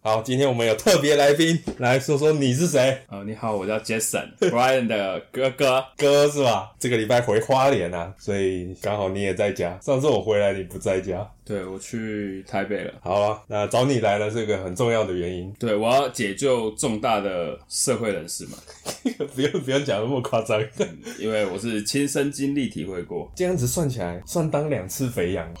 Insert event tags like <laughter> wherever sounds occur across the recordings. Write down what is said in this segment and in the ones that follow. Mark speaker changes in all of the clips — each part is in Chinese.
Speaker 1: 好，今天我们有特别来宾来说说你是谁，
Speaker 2: 呃，你好，我叫 Jason，Brian 的哥哥。
Speaker 1: <laughs> 哥是吧？这个礼拜回花莲啊，所以刚好你也在家。上次我回来你不在家，
Speaker 2: 对我去台北了。
Speaker 1: 好啊，那找你来了是个很重要的原因， <laughs>
Speaker 2: 对，我要解救重大的社会人士嘛，
Speaker 1: 不用不用讲那么夸张，
Speaker 2: 因为我是亲身经历体会过。
Speaker 1: 这样子算起来算当两次肥羊，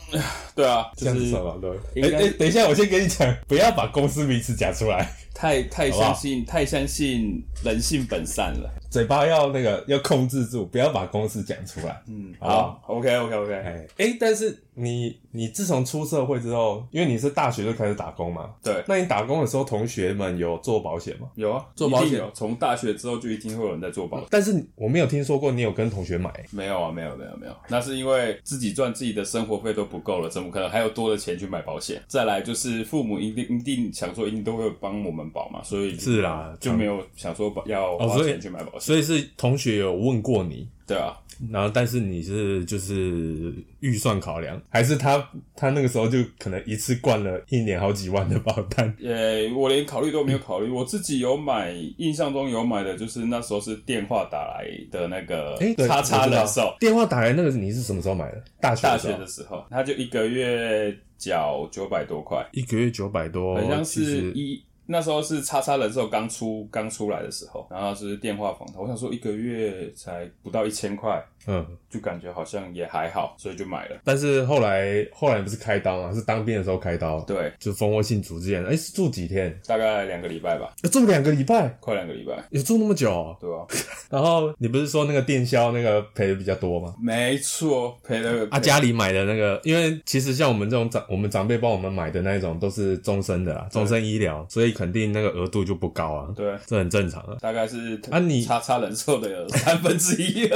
Speaker 2: 对啊，
Speaker 1: 这
Speaker 2: 就
Speaker 1: 样子
Speaker 2: 是
Speaker 1: 算吧，对。
Speaker 2: 应
Speaker 1: 哎
Speaker 2: 该
Speaker 1: 哎、等一下，我先跟你讲，不要把公司名词讲出来， <laughs>
Speaker 2: 太太
Speaker 1: 好不好啊
Speaker 2: 相信太相信人性本善了。
Speaker 1: 嘴巴要那个要控制住，不要把公司讲出来。
Speaker 2: 嗯，
Speaker 1: 好啊
Speaker 2: 好，OK OK OK，
Speaker 1: 哎哎，但是你你自从出社会之后，因为你是大学就开始打工嘛，
Speaker 2: 对，
Speaker 1: 那你打工的时候，同学们有做保险吗？
Speaker 2: 有啊，
Speaker 1: 做保险
Speaker 2: 一定有，从大学之后就一定会有人在做保险。
Speaker 1: 但是我没有听说过你有跟同学买、
Speaker 2: 没有啊，没有没有没有，那是因为自己赚自己的生活费都不够了，怎么可能还有多的钱去买保险？再来就是父母一定一定想说，一定都会帮我们保嘛，所以
Speaker 1: 是啦
Speaker 2: 就没有想说把要
Speaker 1: 哦
Speaker 2: 花
Speaker 1: 所以
Speaker 2: 钱去买保险，
Speaker 1: 所以是同学有问过你，
Speaker 2: 对啊，
Speaker 1: 然后但是你是就是预算考量，还是他他那个时候就可能一次灌了一年好几万的保单？
Speaker 2: 呃，我连考虑都没有考虑，我自己有买，印象中有买的就是那时候是电话打来的那个
Speaker 1: 哎、对
Speaker 2: 叉叉
Speaker 1: 我知道
Speaker 2: 人寿，
Speaker 1: 电话打来那个你是什么时候买的？大学
Speaker 2: 大
Speaker 1: 时候
Speaker 2: 学的时候，他就一个月缴九百多块，
Speaker 1: 一个月九百多，
Speaker 2: 好像
Speaker 1: 哦其
Speaker 2: 是
Speaker 1: 实
Speaker 2: 一那时候是叉叉人寿刚出刚出来的时候，然后是电话访谈，我想说一个月才不到一千块，
Speaker 1: 嗯，
Speaker 2: 就感觉好像也还好，所以就买了。
Speaker 1: 但是后来后来不是开刀嘛，是当兵的时候开刀，，
Speaker 2: 对，
Speaker 1: 就蜂窝性组织炎，哎、是住几天？
Speaker 2: 大概两个礼拜吧，
Speaker 1: 呃住两个礼拜，
Speaker 2: 快两个礼拜，
Speaker 1: 有住那么久哦、
Speaker 2: 对吧、啊
Speaker 1: 然后你不是说那个电销那个赔的比较多吗？
Speaker 2: 没错，赔了
Speaker 1: 啊，家里买的那个，因为其实像我们这种长，我们长辈帮我们买的那一种都是终身的啦，终身医疗，所以肯定那个额度就不高啊，
Speaker 2: 对。
Speaker 1: 这很正常啊。
Speaker 2: 大概是
Speaker 1: 啊你
Speaker 2: 叉叉人寿的三分之一，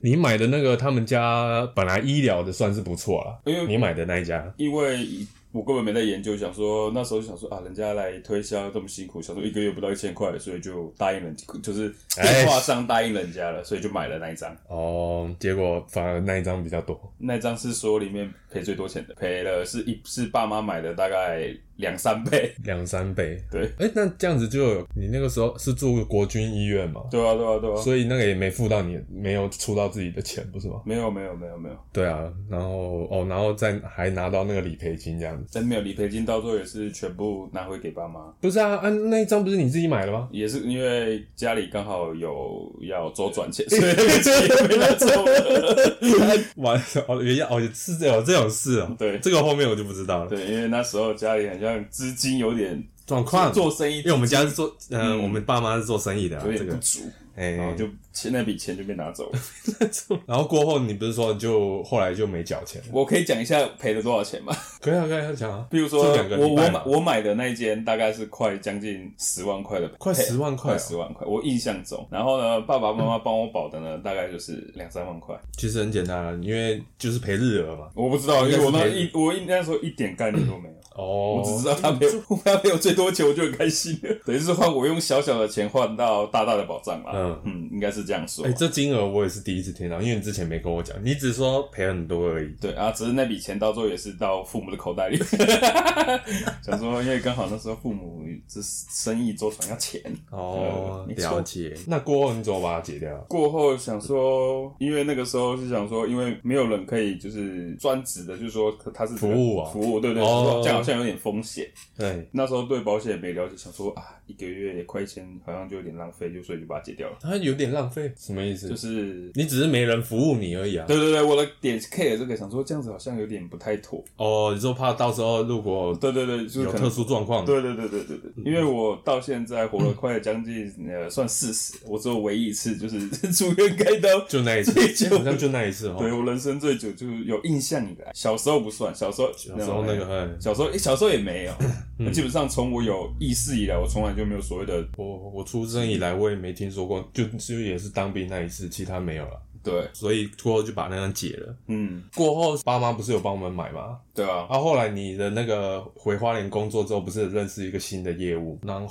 Speaker 1: 你买的那个，他们家本来医疗的算是不错啦，
Speaker 2: <laughs> 因为
Speaker 1: 你买的那一家，
Speaker 2: 因为我根本没在研究，想说那时候就想说啊，人家来推销这么辛苦，想说一个月不到一千块，所以就答应人，就是
Speaker 1: 哎
Speaker 2: 电话上答应人家了，所以就买了那一张。
Speaker 1: 哦，结果反而那一张比较多，
Speaker 2: 那张是说里面赔最多钱的，赔了是一是爸妈买的大概两三倍。
Speaker 1: 两三倍。
Speaker 2: 对，
Speaker 1: 哎、那这样子就有，你那个时候是住国军医院嘛，
Speaker 2: 对啊，对啊，对啊。
Speaker 1: 所以那个也没付到你，没有出到自己的钱，不是吗？
Speaker 2: 没有没有没有没有，
Speaker 1: 对啊，然后哦，然后再还拿到那个理赔金这样子。
Speaker 2: 真没有理赔金，到最后也是全部拿回给爸妈，
Speaker 1: 不是啊，啊，那一张不是你自己买的 <laughs> 吗？
Speaker 2: 也是因为家里刚好有要周转钱，所以 <laughs> 那个钱也没拿走。
Speaker 1: <laughs>
Speaker 2: <laughs>
Speaker 1: 完哦，原来哦是这有这种事哦。
Speaker 2: 对
Speaker 1: 这个后面我就不知道了。
Speaker 2: 对，因为那时候家里好像资金有点
Speaker 1: 状况，
Speaker 2: 做生意
Speaker 1: 因为我们家是做，呃，
Speaker 2: 嗯
Speaker 1: 我们爸妈是做生意的、啊，
Speaker 2: 有
Speaker 1: 这
Speaker 2: 点不
Speaker 1: 个，
Speaker 2: 足，
Speaker 1: 哎，
Speaker 2: 然后就钱那笔钱就被拿走了。 <laughs>
Speaker 1: 然后过后你不是说就后来就没缴钱了？
Speaker 2: 我可以讲一下赔了多少钱吗？ <laughs>
Speaker 1: 可以啊，可以啊，讲啊，
Speaker 2: 比如说
Speaker 1: 这两个
Speaker 2: 我
Speaker 1: 礼
Speaker 2: 我
Speaker 1: 拜
Speaker 2: 买
Speaker 1: 嘛
Speaker 2: 我买的那一间大概是快将近十万块的赔，
Speaker 1: 快10万块哦
Speaker 2: 快十万块，我印象中。然后呢，爸爸妈妈帮我保的呢，大概就是两三万块，
Speaker 1: 其实很简单啊，因为就是赔日额嘛。
Speaker 2: 我不知道，
Speaker 1: 应
Speaker 2: 因
Speaker 1: 该是
Speaker 2: 为我那
Speaker 1: 赔
Speaker 2: 一我一那时候一点概念都
Speaker 1: <coughs>
Speaker 2: 没有。
Speaker 1: 哦
Speaker 2: 我只知道他赔，我他赔我最多钱，我就很开心了。等于是换我用小小的钱换到大大的保障啦。
Speaker 1: 嗯
Speaker 2: 嗯应该是这样说
Speaker 1: 哎、。这金额我也是第一次听到，因为你之前没跟我讲，你只说赔很多而已。
Speaker 2: 对啊，只是那笔钱到最后也是到父母的口 <laughs> 袋里。想说，因为刚好那时候父母这生意周转要钱，
Speaker 1: 哦
Speaker 2: 嗯，没错
Speaker 1: 了解。那过后你怎么把它解掉？
Speaker 2: 过后想说，因为那个时候是想说，因为没有人可以就是专职的，就是说他是
Speaker 1: 服务啊
Speaker 2: 服务对不对？
Speaker 1: 哦
Speaker 2: 就是说这样好像有点风险。
Speaker 1: 对，
Speaker 2: 那时候对保险也没了解，想说啊，一个月快一千，好像就有点浪费，就所以就把它解掉了。
Speaker 1: 它有点浪费，什么意思？
Speaker 2: 就是
Speaker 1: 你只是没人服务你而已啊。
Speaker 2: 对对对，我的点 care 这个，想说这样子好像有点不太妥。
Speaker 1: 哦，你说怕到时候如果
Speaker 2: 对对对，就是
Speaker 1: 有
Speaker 2: 可
Speaker 1: 特
Speaker 2: 能。
Speaker 1: 殊状况，
Speaker 2: 对对对对对对，因为我到现在活了快将近呃算四十，我只有唯一一次就是 <laughs> 住院开刀，
Speaker 1: 就那一次
Speaker 2: 对，就
Speaker 1: 好像就那一次哦。
Speaker 2: 对我人生最久就是有印象以来，小时候不算，小时候小
Speaker 1: 有时候那个，哎，
Speaker 2: 小时候、诶小时候也没
Speaker 1: <laughs>
Speaker 2: 有，基本上从我有意识以来，我从来就没有所谓的
Speaker 1: 我我出生以来我也没听说过，就就也是当兵那一次，其他没有了。
Speaker 2: 对，
Speaker 1: 所以过后就把那张解了。
Speaker 2: 嗯，
Speaker 1: 过后爸妈不是有帮我们买吗？
Speaker 2: 对啊，
Speaker 1: 啊，后来你的那个回花莲工作之后，不是认识一个新的业务，然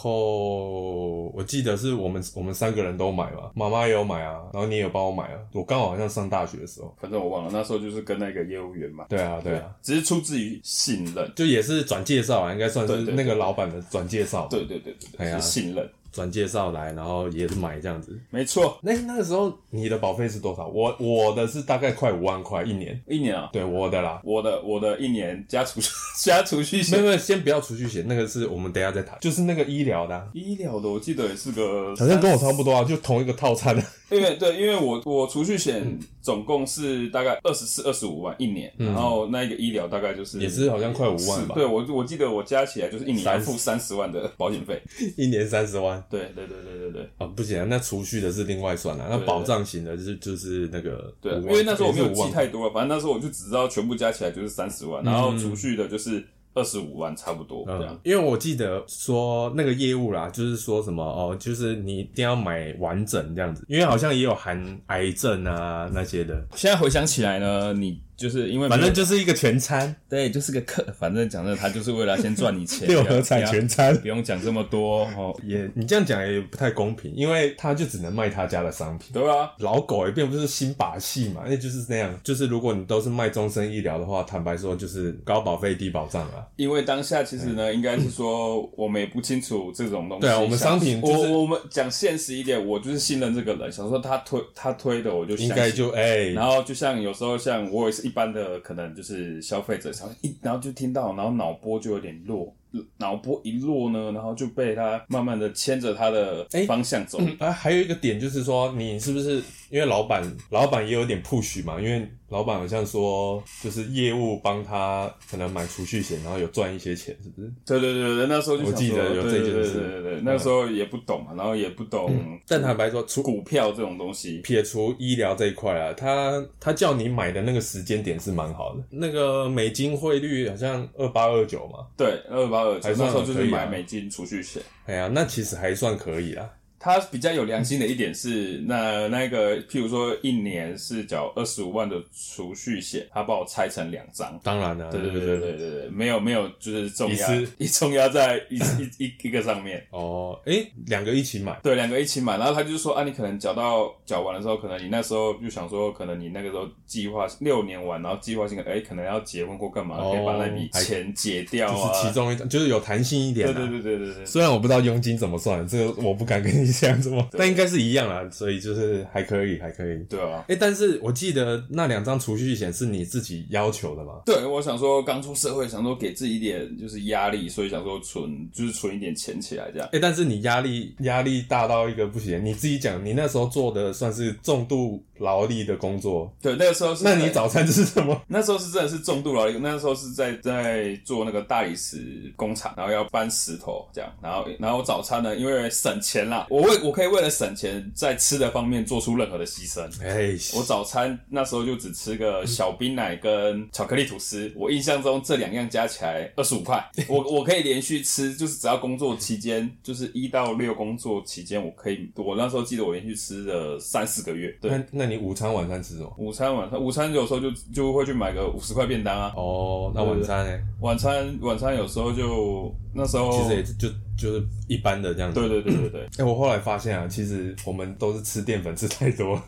Speaker 1: 后我记得是我们我们三个人都买嘛，妈妈也有买啊，然后你也有帮我买啊，我刚好好像上大学的时候，
Speaker 2: 反正我忘了，那时候就是跟那个业务员嘛，
Speaker 1: 对啊对啊，，
Speaker 2: 只是出自于信任。
Speaker 1: 就也是转介绍啊，应该算是
Speaker 2: 对对对
Speaker 1: 那个老板的转介绍，
Speaker 2: 对对对对
Speaker 1: 哎
Speaker 2: 对，
Speaker 1: 呀
Speaker 2: 是信任，
Speaker 1: 转介绍来，然后也是买这样子。
Speaker 2: 没错，
Speaker 1: 那那个时候你的保费是多少？我我的是大概快五万块一年，
Speaker 2: 一年啊，
Speaker 1: 对我的啦。
Speaker 2: 我的我的一年加储蓄 <laughs> 加储蓄
Speaker 1: 没有
Speaker 2: 险，
Speaker 1: 没有，先不要储蓄险，那个是我们等一下再谈，就是那个医疗的啊、
Speaker 2: 医疗的我记得也是个，
Speaker 1: 好像跟我差不多啊，就同一个套餐的。啊
Speaker 2: 因为对，因为我我储蓄
Speaker 1: 嗯
Speaker 2: 险总共是大概二十四、二十五万一年，然后那一个医疗大概就是
Speaker 1: 也是好像快五万
Speaker 2: 是
Speaker 1: 吧，
Speaker 2: 对我我记得我加起来就是一年要
Speaker 1: 30
Speaker 2: 付三十万的保险费。
Speaker 1: 一年三十万
Speaker 2: 对对对对对对
Speaker 1: 啊，不行、啊，那储蓄的是另外算了、啊那
Speaker 2: 对对
Speaker 1: 保障型的就是就是那个
Speaker 2: 对，啊
Speaker 1: 5
Speaker 2: 因
Speaker 1: 万
Speaker 2: 为那时候我没有
Speaker 1: 也是5
Speaker 2: 记
Speaker 1: 万
Speaker 2: 太多了，反正那时候我就只知道全部加起来就是三十万，然后储蓄的就是二十五万差不多这样
Speaker 1: 嗯。，因为我记得说那个业务啦，就是说什么哦，就是你一定要买完整这样子，因为好像也有含癌症啊那些的，
Speaker 2: 现在回想起来呢，你就是因为
Speaker 1: 反
Speaker 2: 没有
Speaker 1: 正就是一个全餐，
Speaker 2: 对，就是个客，反正讲真的，他就是为了先赚你
Speaker 1: <laughs>
Speaker 2: 钱，
Speaker 1: 六合
Speaker 2: 啊
Speaker 1: 彩全餐。
Speaker 2: 不用讲这么多哦。
Speaker 1: 也你这样讲也不太公平，因为他就只能卖他家的商品。
Speaker 2: 对啊，
Speaker 1: 老狗也并不是新把戏嘛，那就是那样。就是如果你都是卖终身医疗的话，坦白说就是高保费低保障啊。
Speaker 2: 因为当下其实呢，应该是说我们也不清楚这种东西。
Speaker 1: 嗯对啊我们商品就是
Speaker 2: 我我们讲现实一点，我就是信任这个人，想说他推他推的，我就相
Speaker 1: 应
Speaker 2: 信
Speaker 1: 该就哎、
Speaker 2: 然后就像有时候像我也是一般的，可能就是消费者，然后一然后就听到，然后脑波就有点弱，脑波一弱呢，然后就被他慢慢的牵着他的
Speaker 1: 哎
Speaker 2: 方向走。
Speaker 1: 啊，还有一个点就是说，你是不是因为老板，老板也有点 push 嘛？因为老板好像说，就是业务帮他可能买储蓄险，然后有赚一些钱，是不是？
Speaker 2: 对对对对，那时候就
Speaker 1: 我
Speaker 2: 想说
Speaker 1: 记得有这件事
Speaker 2: 对对对对对，
Speaker 1: 嗯
Speaker 2: 那时候也不懂啊，然后也不懂
Speaker 1: 但坦白说，除
Speaker 2: 股票这种东西。
Speaker 1: 撇除医疗这一块啊，他他叫你买的那个时间点是蛮好的，那个美金汇率好像二八二九嘛，
Speaker 2: 对，二八二九
Speaker 1: 还
Speaker 2: 那
Speaker 1: 算
Speaker 2: 时候就
Speaker 1: 可
Speaker 2: 是
Speaker 1: 以啊
Speaker 2: 买美金储蓄险。
Speaker 1: 哎呀，那其实还算可以啦。
Speaker 2: 它比较有良心的一点是，那那个譬如说一年是缴二十五万的储蓄险，他帮我拆成两张，
Speaker 1: 当然啦、
Speaker 2: 对对对对对对，没有没有，就是重压
Speaker 1: 一次
Speaker 2: 一重压在一一一一个上面。
Speaker 1: 哦，哎，两个一起买，
Speaker 2: 对，两个一起买，然后他就说啊，你可能缴到缴完的时候，可能你那时候就想说，可能你那个时候计划六年完，然后计划性哎，可能要结婚或干嘛，
Speaker 1: 哦
Speaker 2: 可以把那笔钱解掉
Speaker 1: 就
Speaker 2: 啊。
Speaker 1: 是其中一张，就是有弹性一点、
Speaker 2: 对
Speaker 1: 啊。
Speaker 2: 对对对对对，
Speaker 1: 虽然我不知道佣金怎么算，这个我不敢跟你讲怎么，
Speaker 2: 对
Speaker 1: 但应该是一样啦，所以就是还可以，还可以。
Speaker 2: 对啊。
Speaker 1: 哎、但是我记得那两张储蓄险是你自己要求的嘛？
Speaker 2: 对，我想说刚出社会，想说给自己一点就是压力，所以想说存就是存一点钱起来这样。
Speaker 1: 哎、但是你压力压力大到一个不行，你自己讲，你那时候做的算是重度劳力的工作，
Speaker 2: 对，那个时候是
Speaker 1: 那你早餐吃什
Speaker 2: <laughs>
Speaker 1: 么？
Speaker 2: 那时候是真的是重度劳力，那时候是在在做那个大理石工厂，然后要搬石头这样，然后然后早餐呢，因为省钱啦，我为我可以为了省钱，在吃的方面做出任何的牺牲。
Speaker 1: 哎、
Speaker 2: 我早餐那时候就只吃
Speaker 1: 嗯
Speaker 2: 个小冰奶跟巧克力吐司，我印象中这两样加起来二十五
Speaker 1: <laughs>
Speaker 2: 块，我我可以连续吃，就是只要工作期间，就是一到六工作期间，我可以，我那时候记得我连续吃了三四个月，对。
Speaker 1: 那那你午餐晚餐吃什么？
Speaker 2: 午餐晚餐午餐有时候就就会去买个五十块便当啊，
Speaker 1: 哦，那晚餐呢、
Speaker 2: 晚餐晚餐有时候就那时候
Speaker 1: 其实也就就是一般的这样子。
Speaker 2: 对对对对对
Speaker 1: 哎、我后来发现啊，其实我们都是吃淀粉吃太多，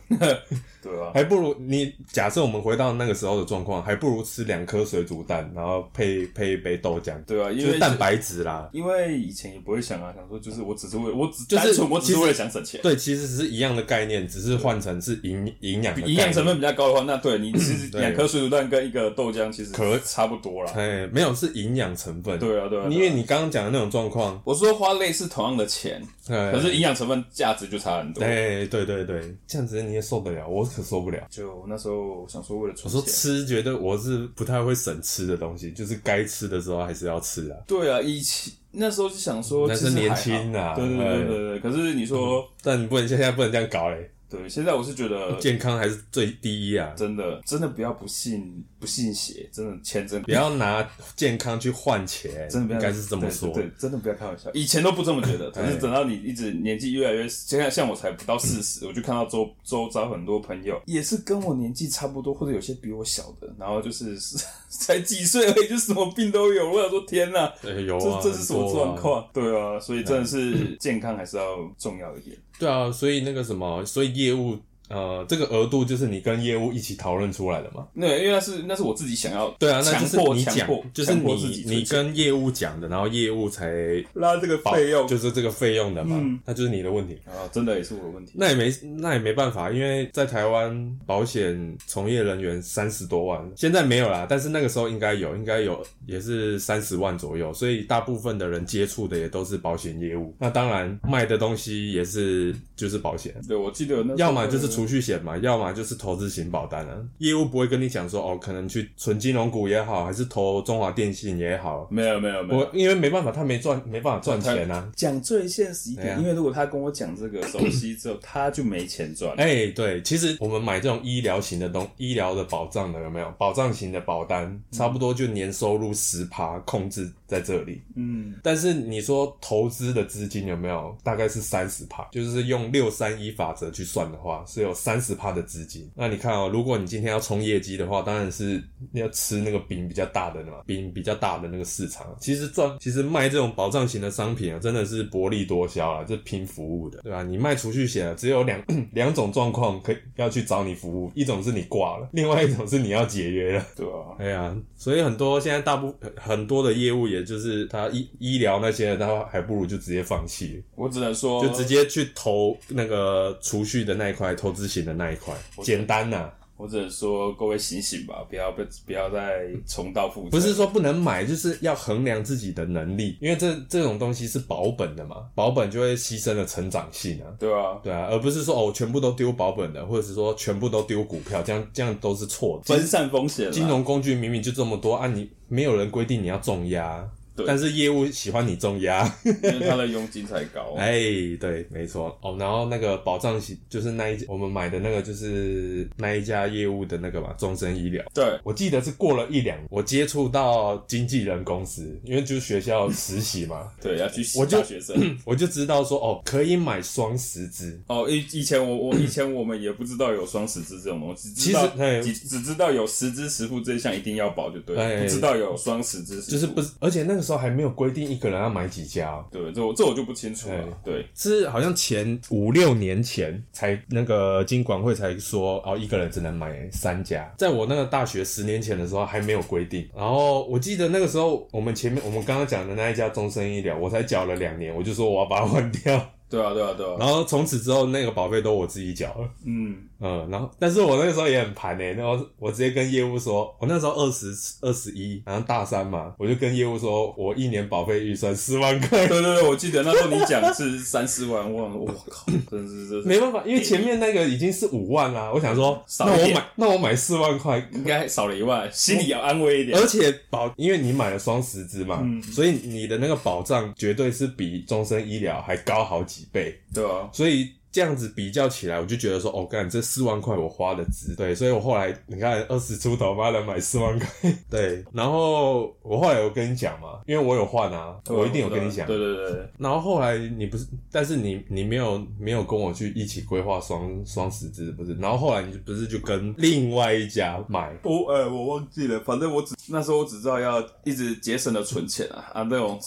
Speaker 2: 对啊，
Speaker 1: 还不如你假设我们回到那个时候的状况，还不如吃两颗水煮蛋，然后配配一杯豆浆，
Speaker 2: 对啊，
Speaker 1: 就
Speaker 2: 因
Speaker 1: 是
Speaker 2: 为
Speaker 1: 蛋白质啦。
Speaker 2: 因为以前也不会想啊，想说就是我只是为我只
Speaker 1: 就是
Speaker 2: 单纯我只
Speaker 1: 其
Speaker 2: 是
Speaker 1: 实
Speaker 2: 为了想省钱，
Speaker 1: 对，其实是一样的概念，只是换成是营营养的概
Speaker 2: 营
Speaker 1: 念
Speaker 2: 养成。分比较高的话，那嗯对你其实
Speaker 1: 对
Speaker 2: 两颗水煮蛋跟一个豆浆其实
Speaker 1: 可
Speaker 2: 差不多啦。
Speaker 1: 哎，没有是营养成分。
Speaker 2: 对啊对啊，对啊
Speaker 1: 因为你刚刚讲的那种状况，
Speaker 2: 我说花类似同样的钱，
Speaker 1: 哎
Speaker 2: 可是营养成分价值就差很多。
Speaker 1: 哎，对对对，这样子你也受得了，我可受不了。
Speaker 2: 就那时候想说为了
Speaker 1: 我
Speaker 2: 存
Speaker 1: 说
Speaker 2: 钱，
Speaker 1: 吃，觉得我是不太会省吃的东西，就是该吃的时候还是要吃啊。
Speaker 2: 对啊，以前那时候就想说
Speaker 1: 那
Speaker 2: 其
Speaker 1: 是
Speaker 2: 实还好
Speaker 1: 年轻啊
Speaker 2: 哎对对对对对。可是你说
Speaker 1: 但你不能现在不能这样搞嘞，
Speaker 2: 对，现在我是觉得
Speaker 1: 健康还是最第一啊！
Speaker 2: 真的真的不要不信不信邪，真的钱真
Speaker 1: 不要拿健康去换钱，
Speaker 2: 真的不要
Speaker 1: 应该是这么说。
Speaker 2: 对，对对真的不要开玩笑。以前都不这么
Speaker 1: <laughs>
Speaker 2: 觉得，可
Speaker 1: 哎
Speaker 2: 是等到你一直年纪越来越，现在像我才不到四十，我就看到周周遭很多朋友也是跟我年纪差不多，或者有些比我小的，然后就是 <laughs> 才几岁而已，就什么病都有。我想说，天哪，
Speaker 1: 对有啊，
Speaker 2: 这这是什么
Speaker 1: 很多啊哎
Speaker 2: 状？况？对啊，所以真的是健康还是要重要一点。
Speaker 1: 对啊，所以那个什么，所以业务呃，这个额度就是你跟业务一起讨论出来的嘛。
Speaker 2: 那因为那是那是我自己想要
Speaker 1: <laughs> 对啊，那
Speaker 2: 强
Speaker 1: 就是
Speaker 2: 迫
Speaker 1: 你
Speaker 2: 强迫
Speaker 1: 讲，就是
Speaker 2: 强迫自己
Speaker 1: 你你
Speaker 2: 存钱
Speaker 1: 跟业务讲的，然后业务才
Speaker 2: 拉这个
Speaker 1: 保
Speaker 2: 费用
Speaker 1: 就是这个费用的嘛，
Speaker 2: 嗯
Speaker 1: 那就是你的问题。
Speaker 2: 啊，真的也是我的问题。
Speaker 1: 那也没那也没办法，因为在台湾保险从业人员三十多万，现在没有啦，但是那个时候应该有，应该有也是三十万左右，所以大部分的人接触的也都是保险业务。那当然卖的东西也是就是保险，
Speaker 2: 对，我记得那时候
Speaker 1: 要么就是储蓄险嘛，要么就是投资型保单啊。业务不会跟你讲说哦，可能去存金融股也好，还是投中华电信也好，
Speaker 2: 没有没有没有
Speaker 1: 我，因为没办法，他没赚，没办法赚钱啊。
Speaker 2: 讲最现实一
Speaker 1: 对
Speaker 2: 点，
Speaker 1: 啊
Speaker 2: 因为如果他跟我讲这个熟悉之后，他就没钱赚。
Speaker 1: 哎、对，其实我们买这种医疗型的东，医疗的保障的有没有？保障型的保单，差不多就年收入十趴控制在这里。
Speaker 2: 嗯，
Speaker 1: 但是你说投资的资金有没有？大概是三十趴，就是用六三一法则去算的话，是有三十趴的资金。那你看哦，如果你今天要冲业绩的话，当然是要吃那个饼比较大的嘛，饼比较大的那个市场。其实赚，其实卖这种保障型的商品啊，真的是薄利多销啊，这拼服务的，对吧、你卖储蓄险啊，只有两两种状况可以要去找你服务，一种是你挂了，另外一种是你要解约了。
Speaker 2: 对啊，
Speaker 1: 哎呀，所以很多现在大部很多的业务，也就是他医医疗那些，他还不如就直接放弃，
Speaker 2: 我只能说，
Speaker 1: 就直接去投那个储蓄的那一块，投资型的那一块，简单呐、
Speaker 2: 我只能说，各位醒醒吧，不要被不要再重蹈覆辙。
Speaker 1: 不是说不能买，就是要衡量自己的能力，因为这这种东西是保本的嘛，保本就会牺牲了成长性啊。
Speaker 2: 对啊，
Speaker 1: 对啊，而不是说哦，我全部都丢保本的，或者是说全部都丢股票，这样这样都是错的。
Speaker 2: 分散风险啦，
Speaker 1: 金融工具明明就这么多啊，你没有人规定你要重压
Speaker 2: 对，
Speaker 1: 但是业务喜欢你重压。
Speaker 2: 因为它的佣金才高。
Speaker 1: 哎、对，没错哦。然后那个保障型就是那一我们买的那个就是那一家业务的那个嘛，终身医疗。
Speaker 2: 对，
Speaker 1: 我记得是过了一两，我接触到经纪人公司，因为就是学校实习嘛，
Speaker 2: 对，要去洗
Speaker 1: 我就
Speaker 2: 大学
Speaker 1: <clears throat>
Speaker 2: 生。
Speaker 1: 我就知道说哦，可以买双十支。
Speaker 2: 哦，以以前我我以前我们也不知道有双十支这种东西，只知道
Speaker 1: 其实哎
Speaker 2: 只只知道有十支十付这一项一定要保就对了，
Speaker 1: 哎
Speaker 2: 不知道有双十支十付，
Speaker 1: 就是不是，而且那个时候还没有规定一个人要买几家、哦，
Speaker 2: 对，这我这我就不清楚了
Speaker 1: 哎。
Speaker 2: 对，
Speaker 1: 是好像前五六年前才那个金管会才说哦，一个人只能买三家。在我那个大学十年前的时候还没有规定。然后我记得那个时候我们前面我们刚刚讲的那一家终身医疗，我才缴了两年，我就说我要把它换掉。 <laughs>
Speaker 2: 对啊，对啊，对啊。
Speaker 1: 然后从此之后那个保费都我自己缴了。
Speaker 2: 嗯，
Speaker 1: 嗯，然后但是我那个时候也很盘诶、然后我直接跟业务说，我那时候二十二十一，然后大三嘛，我就跟业务说我一年保费预算四万块
Speaker 2: 对。对对，我记得那时候你讲是三四万，我我靠，真是这是
Speaker 1: 没办法，因为前面那个已经是五万啦，我想说，
Speaker 2: 少
Speaker 1: 那
Speaker 2: 一
Speaker 1: 我
Speaker 2: 点嗯
Speaker 1: 买那我买四万块，
Speaker 2: 应该少了一万，心里要安慰一点。
Speaker 1: 而且保，因为你买了双十支嘛，
Speaker 2: 嗯
Speaker 1: 所以你的那个保障绝对是比终身医疗还高好几倍，
Speaker 2: 对啊，
Speaker 1: 所以。这样子比较起来，我就觉得说，哦，干这四万块我花的值，对，所以我后来你看二十出头，妈的买四万块， <laughs> 对，然后我后来有跟你讲嘛，因为我有换啊，我一定有跟你讲，
Speaker 2: 对对对对，
Speaker 1: 然后后来你不是，但是你你没有没有跟我去一起规划双双十支，不是？然后后来你不是就跟另外一家买？
Speaker 2: 我呃我忘记了，反正我只那时候我只知道要一直节省的存钱啊啊那种。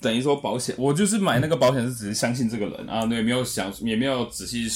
Speaker 2: 等于说保险，我就是买那个保险是只是相信这个人啊，对，没有想也没有仔细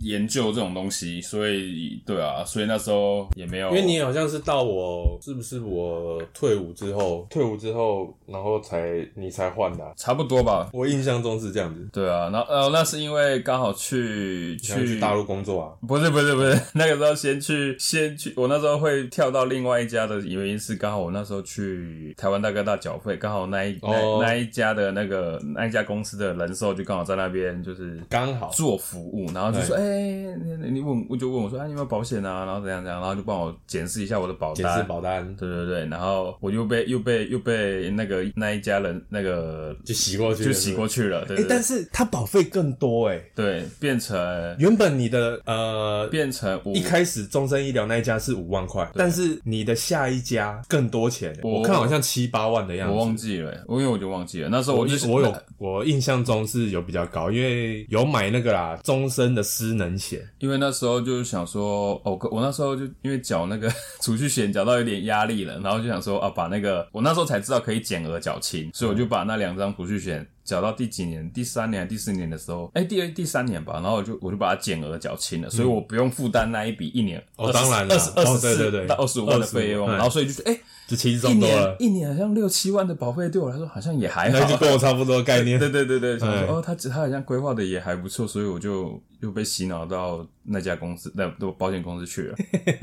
Speaker 2: 研究这种东西，所以对啊，所以那时候也没有，
Speaker 1: 因为你好像是到我是不是我退伍之后，退伍之后，然后才你才换的啊、
Speaker 2: 差不多吧，
Speaker 1: 我印象中是这样子，
Speaker 2: 对啊，然后呃，那是因为刚好去
Speaker 1: 想
Speaker 2: 去
Speaker 1: 去大陆工作啊。
Speaker 2: 不是不是不是， <laughs> 那个时候先去先去，我那时候会跳到另外一家的原因是，刚好我那时候去台湾大哥大缴费，刚好那一、
Speaker 1: 哦
Speaker 2: 那那一家的那个那一家公司的人寿就刚好在那边就是
Speaker 1: 刚好
Speaker 2: 做服务，然后就说哎、你你问我就问我说，啊，你有没有保险啊？然后怎样怎样，然后就帮我检视一下我的保
Speaker 1: 检视
Speaker 2: 单。
Speaker 1: 保单
Speaker 2: 对对对，然后我又被又被又被那个那一家人那个
Speaker 1: 就洗过去了，
Speaker 2: 就洗过去了，对
Speaker 1: 哎、
Speaker 2: 对
Speaker 1: 诶
Speaker 2: 对
Speaker 1: 但是它保费更多哎、
Speaker 2: 对，变成
Speaker 1: 原本你的呃
Speaker 2: 变成我
Speaker 1: 一开始终身医疗那一家是五万块，但是你的下一家更多钱，
Speaker 2: 我
Speaker 1: 我看好像七八万的样
Speaker 2: 我
Speaker 1: 子。
Speaker 2: 忘记了，因为我就忘记了，那时候
Speaker 1: 我
Speaker 2: 我就
Speaker 1: 印
Speaker 2: 是
Speaker 1: 我有我印象中是有比较高，因为有买那个啦，终身的失能险，
Speaker 2: 因为那时候就是想说，哦，我我那时候就因为缴那个储蓄险缴到有点压力了，然后就想说啊，把那个我那时候才知道可以减额缴清，所
Speaker 1: 嗯
Speaker 2: 以我就把那两张储蓄险缴到第几年，第三年还是第四年的时候，哎，第二第三年吧，然后我就我就把它减额缴清了，所以我不用负担那一笔一年
Speaker 1: 嗯哦当然啦
Speaker 2: 二十
Speaker 1: 哦
Speaker 2: 二十
Speaker 1: 对对对
Speaker 2: 四到二十五万的费用，
Speaker 1: 25
Speaker 2: 然后所以就觉得哎，
Speaker 1: 就轻
Speaker 2: 一
Speaker 1: 松多
Speaker 2: 年
Speaker 1: 了，
Speaker 2: 一年好像六七万的保费对我来说好像也还
Speaker 1: 那就
Speaker 2: 好。
Speaker 1: 跟我差不多的概念。
Speaker 2: 对对对对，想
Speaker 1: 哎
Speaker 2: 说哦，他他好像规划的也还不错，所以我就又被洗脑到那家公司，那那保险公司去了。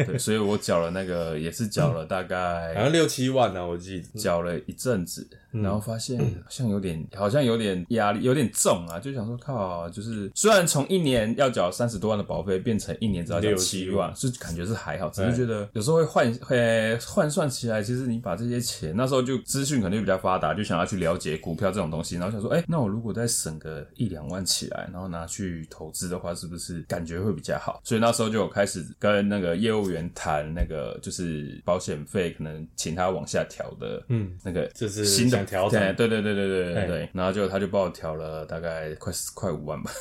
Speaker 2: 对，所以我缴了那个，也是缴了大
Speaker 1: 好
Speaker 2: 概
Speaker 1: 像六七万呢、啊，我记得。
Speaker 2: 缴了一阵子，然后发现好像有点好像有点压力，有点重啊，就想说靠，就是虽然从一年要缴三十多万的保费变成一年只要缴七
Speaker 1: 67
Speaker 2: 万，
Speaker 1: 万
Speaker 2: 是感觉是还好，只
Speaker 1: 哎
Speaker 2: 是觉得有时候会换会换算起来，其实你把这些钱那时候就资讯可能就比较发达，就想要去了解股票这种东西，然后想说，哎、那我如果再省个一两万起来，然后拿去投资的话，是不是感觉会比较好？所以那时候就有开始跟那个业务员谈那个就是保险费，可能请他往下调的，
Speaker 1: 嗯，
Speaker 2: 那个
Speaker 1: 就是
Speaker 2: 新的
Speaker 1: 想调整
Speaker 2: 对对对对对对
Speaker 1: 哎
Speaker 2: 对。然后就他就帮我调了大概快四快五万吧，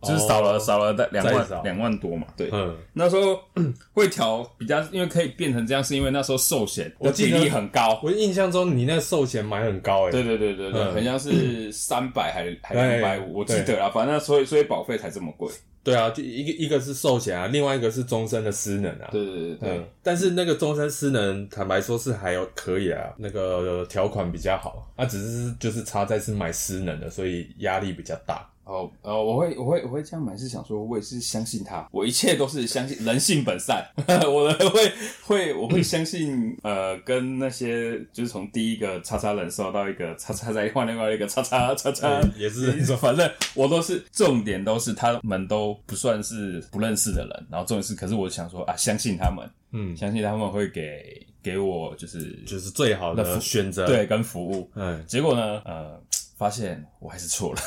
Speaker 1: 哦
Speaker 2: <laughs> 就是少了少了大两
Speaker 1: 再
Speaker 2: 万
Speaker 1: 少
Speaker 2: 两万多嘛。对，
Speaker 1: 嗯，
Speaker 2: 那时候 <clears throat> 会调比较，因为可以变成这样，是因为那时候寿险的
Speaker 1: 我记
Speaker 2: 比
Speaker 1: 得
Speaker 2: 例很高。
Speaker 1: 我印象中你那寿险买很高哎、
Speaker 2: 对对对对对，
Speaker 1: 嗯
Speaker 2: 很像是三百还还
Speaker 1: 对
Speaker 2: 两百五，我记得啦。反正所以所以保费才这么贵。
Speaker 1: 对啊，就一个一个是寿险啊，另外一个是终身的失能啊。
Speaker 2: 对对对对
Speaker 1: 嗯，但是那个终身失能，坦白说是还有可以啊，那个条款比较好，啊，只是就是差在是买失能的，所以压力比较大。
Speaker 2: 哦，呃，我会，我会，我会这样买，是想说，我也是相信他，我一切都是相信人性本善， <laughs> 我的会会，我会相信，呃，跟那些就是从第一个叉叉人寿到一个叉叉再换另外一个叉叉叉叉
Speaker 1: 嗯，也是
Speaker 2: 你说，反正我都是重点都是他们都不算是不认识的人，然后重点是，可是我想说啊，相信他们，
Speaker 1: 嗯，
Speaker 2: 相信他们会给给我就是
Speaker 1: 就是啊最好
Speaker 2: 那
Speaker 1: 的
Speaker 2: 服
Speaker 1: 选择。，
Speaker 2: 对跟服务，
Speaker 1: 嗯，
Speaker 2: 结果呢，呃，发现我还是错了。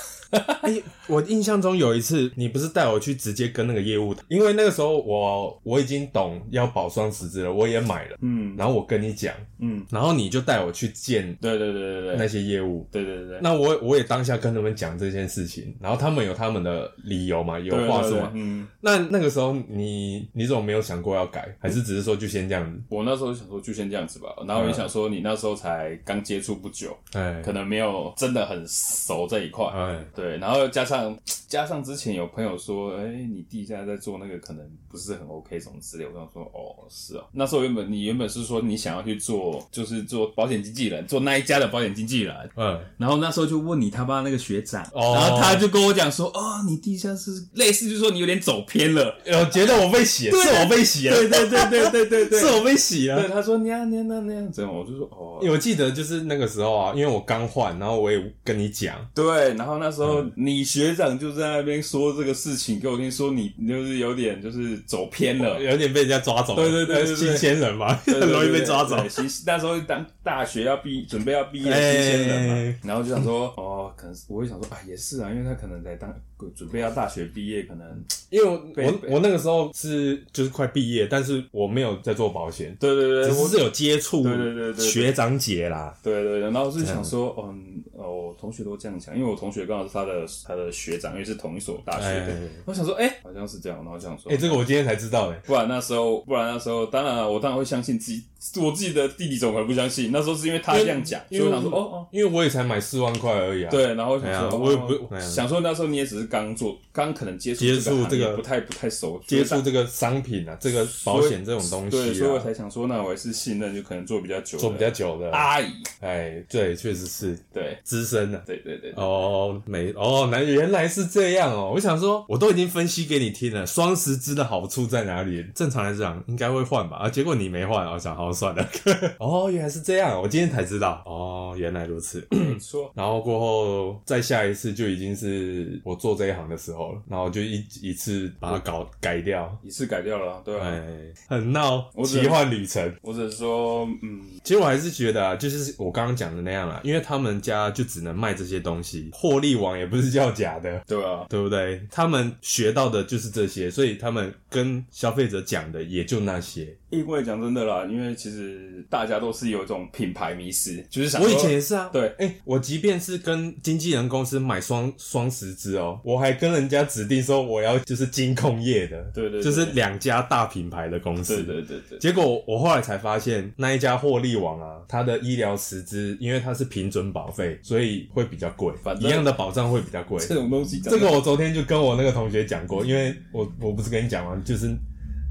Speaker 1: 哎、我印象中有一次，你不是带我去直接跟那个业务谈，因为那个时候我我已经懂要保双十字了，我也买了，
Speaker 2: 嗯
Speaker 1: 然后我跟你讲，
Speaker 2: 嗯，
Speaker 1: 然后你就带我去见
Speaker 2: 对对对对对。
Speaker 1: 那些业务。
Speaker 2: 对对对，
Speaker 1: 那我我也当下跟他们讲这件事情，然后他们有他们的理由嘛，有话说
Speaker 2: 对对
Speaker 1: 嘛
Speaker 2: 对，嗯，
Speaker 1: 那那个时候你你怎么没有想过要改，还是只是说就先这样子？
Speaker 2: 我那时候想说就先这样子吧，然后我也想说你那时候才刚接触不久，
Speaker 1: 哎
Speaker 2: 可能没有真的很熟这一块。
Speaker 1: 哎，
Speaker 2: 对，然后加上加上之前有朋友说，哎、你弟现在在做那个可能不是很 OK 什么之类，我想说，哦，是啊。那时候原本你原本是说你想要去做，就是做保险经纪人，做那一家的保险经纪人，
Speaker 1: 嗯，
Speaker 2: 然后那时候就问你他爸那个学长，
Speaker 1: 哦
Speaker 2: 然后他就跟我讲说，哦，你弟现在是类似就是说你有点走偏了，
Speaker 1: 我哦觉得我被洗了，
Speaker 2: 对啊
Speaker 1: 是我被洗了，
Speaker 2: 对对对对对对对，
Speaker 1: 是我被洗
Speaker 2: 对，
Speaker 1: 了。
Speaker 2: 他说你啊你啊那样那样怎样？我就说哦，
Speaker 1: 我记得就是那个时候啊，因为我刚换，然后我也跟你讲，
Speaker 2: 对。然后那时
Speaker 1: 嗯
Speaker 2: 候你学长就在那边说这个事情给我听，说你就是有点就是走偏了，
Speaker 1: 有点被人家抓走了，
Speaker 2: 对对对对对
Speaker 1: 新鲜人嘛，
Speaker 2: 对
Speaker 1: 很容易被抓走。。
Speaker 2: 对对对对新那时候当大学要毕准备要毕业的新鲜人
Speaker 1: 哎
Speaker 2: 嘛，然后就想说哦，可能是我会想说啊，也是啊，因为他可能在当准备要大学毕业，可能
Speaker 1: 因为我
Speaker 2: 被
Speaker 1: 我我那个时候是就是快毕业，但是我没有在做保险，
Speaker 2: 对对对，
Speaker 1: 只
Speaker 2: 我
Speaker 1: 是有接触
Speaker 2: 对对对对对
Speaker 1: 学长姐啦。
Speaker 2: 对对对，然后我是想说，嗯，哦，我同学都这样讲，因为我同学刚好是他的他的学长，因为是同一所大学的
Speaker 1: 哎，
Speaker 2: 我想说，哎、好像是这样，然后想说，
Speaker 1: 哎，这个我今天才知道哎，
Speaker 2: 不然那时候，不然那时候，当然了我当然会相信自己，我自己的弟弟怎么可能不相信？那时候是因为他这样讲，所
Speaker 1: 因
Speaker 2: 以
Speaker 1: 为
Speaker 2: 我想说，哦哦，
Speaker 1: 因为我也才买四万块而已啊。
Speaker 2: 对，然后我想
Speaker 1: 哎呀
Speaker 2: 说，哦
Speaker 1: 我也不
Speaker 2: 哦
Speaker 1: 哎呀
Speaker 2: 想说那时候你也只是刚做，刚可能接触
Speaker 1: 接触
Speaker 2: 行业
Speaker 1: 这个
Speaker 2: 不太不太熟，
Speaker 1: 接
Speaker 2: 所
Speaker 1: 触
Speaker 2: 以
Speaker 1: 这个商品啊，这个保险这种东
Speaker 2: 对，
Speaker 1: 西
Speaker 2: 所以我
Speaker 1: 啊，
Speaker 2: 才啊想说，那我还是信任，就可能做比较久的，
Speaker 1: 做比较久的，
Speaker 2: 阿姨，
Speaker 1: 哎，对，确实是
Speaker 2: 对
Speaker 1: 资深的、
Speaker 2: 对对对，对
Speaker 1: 哦，没哦，那原来是这样哦。我想说，我都已经分析给你听了，双十支的好处在哪里？正常来讲应该会换吧，啊，结果你没换，我想好算了。 <laughs> 哦，原来是这样，我今天才知道。哦，原来如此。
Speaker 2: 没错，
Speaker 1: 然后过后再下一次就已经是我做这一行的时候了，然后就一一次把它搞改掉，
Speaker 2: 一次改掉了啊，对啊，
Speaker 1: 哎，很闹，
Speaker 2: 我只能
Speaker 1: 奇幻旅程。
Speaker 2: 或者说，嗯，
Speaker 1: 其实我还是觉得啊，就是我刚刚讲的那样啦，因为他们家就只能卖这些东西，获利网也不是叫假的，
Speaker 2: 对啊，
Speaker 1: 对不对？他们学到的就是这些，所以他们跟消费者讲的也就那些。
Speaker 2: 因为讲真的啦，因为其实大家都是有一种品牌迷失，就是想
Speaker 1: 我以
Speaker 2: 说
Speaker 1: 前也是啊，
Speaker 2: 对
Speaker 1: 哎、我即便是跟经纪人公司买双双十支哦，我还跟人家指定说我要就是金控业的，
Speaker 2: 对对对
Speaker 1: 就是两家大品牌的公司，
Speaker 2: 对对对对，
Speaker 1: 结果我后来才发现，那一家获利网啊，它的医疗实支，因为它是平准保费，所以会比较贵
Speaker 2: 反，
Speaker 1: 一
Speaker 2: 正
Speaker 1: 样的保障会比较贵。
Speaker 2: 这种东西讲
Speaker 1: 这
Speaker 2: 真的，
Speaker 1: 个我昨天就跟我那个同学讲过，因为我我不是跟你讲吗？就是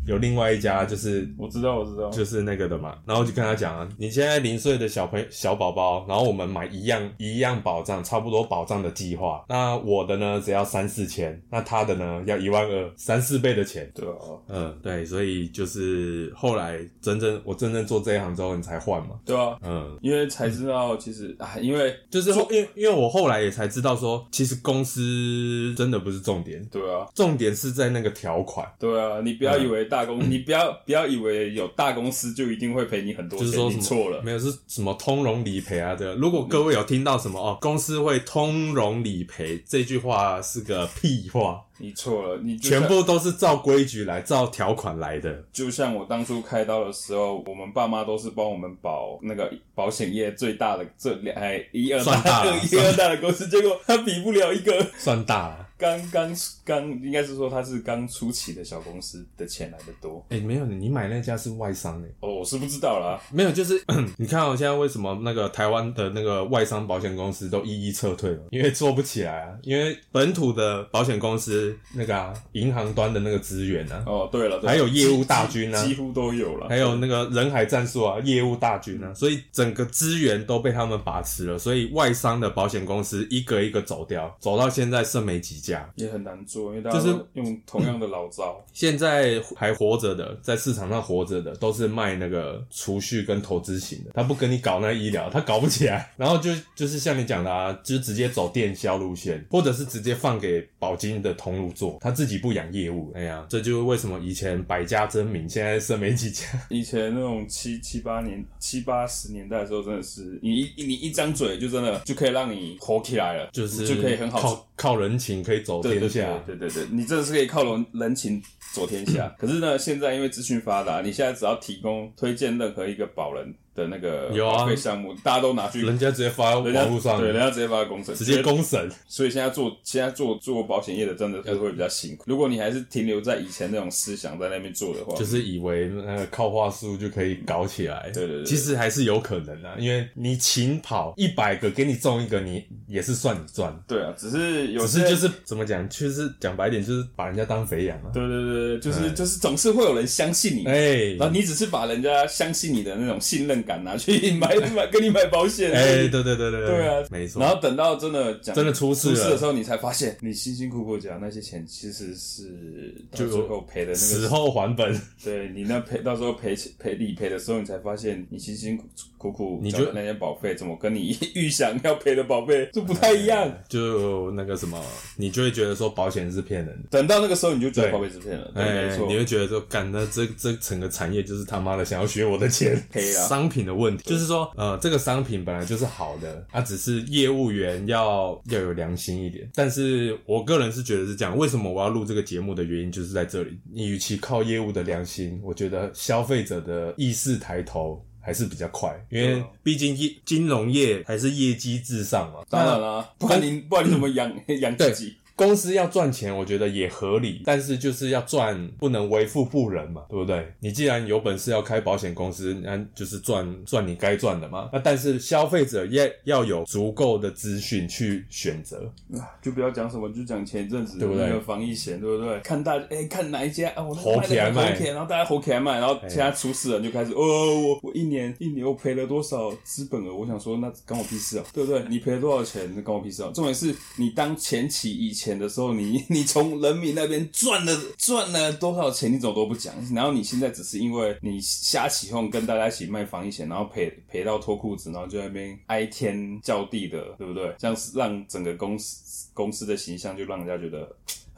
Speaker 1: 有另外一家就是。
Speaker 2: 我知道，我知道，
Speaker 1: 就是那个的嘛，然后就跟他讲啊，你现在零岁的小朋小宝宝，然后我们买一样一样保障，差不多保障的计划。那我的呢，只要三四千，那他的呢，要一万二，三四倍的钱。
Speaker 2: 对啊，
Speaker 1: 嗯，对，所以就是后来真正我真正做这一行之后，你才换嘛。
Speaker 2: 对啊，
Speaker 1: 嗯，
Speaker 2: 因为才知道，其实啊，因为
Speaker 1: 就是后因为因为我后来也才知道说，其实公司真的不是重点，
Speaker 2: 对啊，
Speaker 1: 重点是在那个条款，
Speaker 2: 对啊，你不要
Speaker 1: 嗯
Speaker 2: 以为大
Speaker 1: <coughs>
Speaker 2: 公，你不要不要以为有大公司就一定会赔你很多
Speaker 1: 就
Speaker 2: 钱，
Speaker 1: 是说
Speaker 2: 你
Speaker 1: 什么
Speaker 2: 错了，
Speaker 1: 没有是什么通融理赔啊的。如果各位有听到什么哦，公司会通融理赔这句话是个屁话，
Speaker 2: 你错了，你就像
Speaker 1: 全部都是照规矩来，照条款来的。
Speaker 2: 就像我当初开刀的时候，我们爸妈都是帮我们保那个保险业最大的这两哎一二
Speaker 1: 算大
Speaker 2: 大
Speaker 1: 了
Speaker 2: <laughs> 一二大的公司，结果他比不了一个
Speaker 1: 算大了。
Speaker 2: 刚刚刚应该是说他是刚出起的小公司的钱来的多。
Speaker 1: 哎、没有，你买那家是外商哎、
Speaker 2: 哦，我是不知道啦，
Speaker 1: 没有，就是 <clears throat> 你看、哦，现在为什么那个台湾的那个外商保险公司都一一撤退了？因为做不起来啊，因为本土的保险公司那个啊，银行端的那个资源啊，
Speaker 2: 哦，对了，对了
Speaker 1: 还有业务大军啊
Speaker 2: 几几乎都有了，
Speaker 1: 还有那个人海战术啊，业务大军啊，所以整个资源都被他们把持了，所以外商的保险公司一个一个走掉，走到现在剩没几家。
Speaker 2: 也很难做，因为大家
Speaker 1: 就是
Speaker 2: 都用同样的老招。
Speaker 1: 现在还活着的，在市场上活着的，都是卖那个储蓄跟投资型的，他不跟你搞那医疗，他搞不起来。然后就就是像你讲的啊，就直接走电销路线，或者是直接放给保金的同路做，他自己不养业务。哎呀，这就是为什么以前百家争鸣，现在剩没几家。
Speaker 2: 以前那种七七八年、七八十年代的时候，真的是你一你一张嘴就真的就可以让你火起来了，
Speaker 1: 就是
Speaker 2: 你 <laughs> 就可以很好
Speaker 1: 靠靠人情可以走
Speaker 2: 对
Speaker 1: 天
Speaker 2: 对
Speaker 1: 下
Speaker 2: 对。对对对，你真的是可以靠人人情走天
Speaker 1: <clears throat>
Speaker 2: 下。可是呢，现在因为资讯发达，你现在只要提供推荐任何一个保人的那个
Speaker 1: 有啊
Speaker 2: 保费项目，大家都拿去
Speaker 1: 人家直接发到
Speaker 2: 人家
Speaker 1: 网络上，
Speaker 2: 对，人家直接发公审，
Speaker 1: 啊直接
Speaker 2: 公。
Speaker 1: 公呃审，
Speaker 2: 所以现在做现在做做保险业的真的是会比较辛苦。如果你还是停留在以前那种思想在那边做的话，
Speaker 1: 就是以为那个靠话术就可以搞起来。
Speaker 2: 对对对
Speaker 1: 其实还是有可能啊，因为你勤跑一百个，给你中一个，你也是算你赚。
Speaker 2: 对啊，只是有
Speaker 1: 只
Speaker 2: 些
Speaker 1: 是就是怎么讲，就是讲白点，就是把人家当肥羊啊。
Speaker 2: 对对对，对就是就是总是会有人相信你。
Speaker 1: 哎
Speaker 2: 然后你只是把人家相信你的那种信任感拿去买买跟你买保险，
Speaker 1: 哎，对对对对
Speaker 2: 对啊，
Speaker 1: 没错。
Speaker 2: 然后等到真的讲
Speaker 1: 真的出事
Speaker 2: 出
Speaker 1: 了
Speaker 2: 事的时候，你才发现你辛辛苦苦讲那些钱其实是到
Speaker 1: 就
Speaker 2: 最后赔的那个
Speaker 1: 死后还本，
Speaker 2: 对你那赔到时候赔钱赔理赔的时候，你才发现你辛辛苦苦
Speaker 1: 你
Speaker 2: 缴
Speaker 1: 就
Speaker 2: 的那些保费，怎么跟你预想要赔的保费就不太一样。
Speaker 1: 就那个什么，你就会觉得说保险是骗人的，
Speaker 2: 等到那个时候，你就觉得
Speaker 1: 对
Speaker 2: 保费是骗了，对，
Speaker 1: 哎
Speaker 2: 没，错
Speaker 1: 你，会觉得说，干那这这整个产业就是他妈的想要学我的钱，
Speaker 2: 黑啊
Speaker 1: <laughs> 商品的问题，就是说，呃，这个商品本来就是好的，啊，只是业务员要要有良心一点。但是我个人是觉得是这样，为什么我要录这个节目的原因就是在这里，你与其靠业务的良心，我觉得消费者的意识抬头。还是比较快，因
Speaker 2: 对
Speaker 1: 为
Speaker 2: 啊
Speaker 1: 毕竟业金融业还是业绩至上嘛。
Speaker 2: 当然啦，不然
Speaker 1: 嗯
Speaker 2: 你不然你怎么养 <laughs> 养自己？
Speaker 1: 公司要赚钱，我觉得也合理，但是就是要赚，不能为富不仁嘛，对不对？你既然有本事要开保险公司，那就是赚赚你该赚的嘛。那但是消费者也要有足够的资讯去选择，
Speaker 2: 啊就不要讲什么，就讲前一阵子
Speaker 1: 对不对
Speaker 2: 那个防疫险，对不对？看大哎，看哪一家啊，我那个
Speaker 1: 火起来卖
Speaker 2: 卖
Speaker 1: 哎
Speaker 2: 的火起来，然后大家火起来卖，然后现在出事了，你就开始哦，我我一年一年我赔了多少资本额？我想说那关我屁事啊，对不对？你赔了多少钱，那关我屁事啊。重点是你当前期以钱的时候，你你从人民那边赚了赚了多少钱，你怎么都不讲。然后你现在只是因为你瞎起哄，跟大家一起卖防疫险，然后赔赔到脱裤子，然后就在那边哀天叫地的，对不对？这样是让整个公司公司的形象就让人家觉得。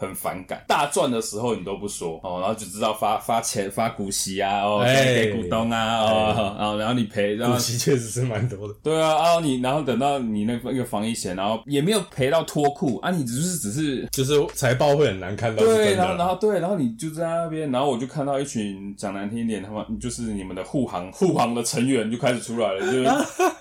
Speaker 2: 很反感，大赚的时候你都不说哦，然后就知道发发钱发股息啊，哦，
Speaker 1: 哎
Speaker 2: 给股东啊，哦，然后然后你赔，然后
Speaker 1: 股息确实是蛮多的。
Speaker 2: 对啊，啊你然后等到你那个防疫险，然后也没有赔到脱裤啊，你只是只是
Speaker 1: 就是财报会很难看到是
Speaker 2: 对，
Speaker 1: 真
Speaker 2: 然后
Speaker 1: 的
Speaker 2: 然
Speaker 1: 啦，
Speaker 2: 后对，然后你就在那边，然后我就看到一群讲难听一点，他们就是你们的护航 <laughs> 护航的成员就开始出来了，就是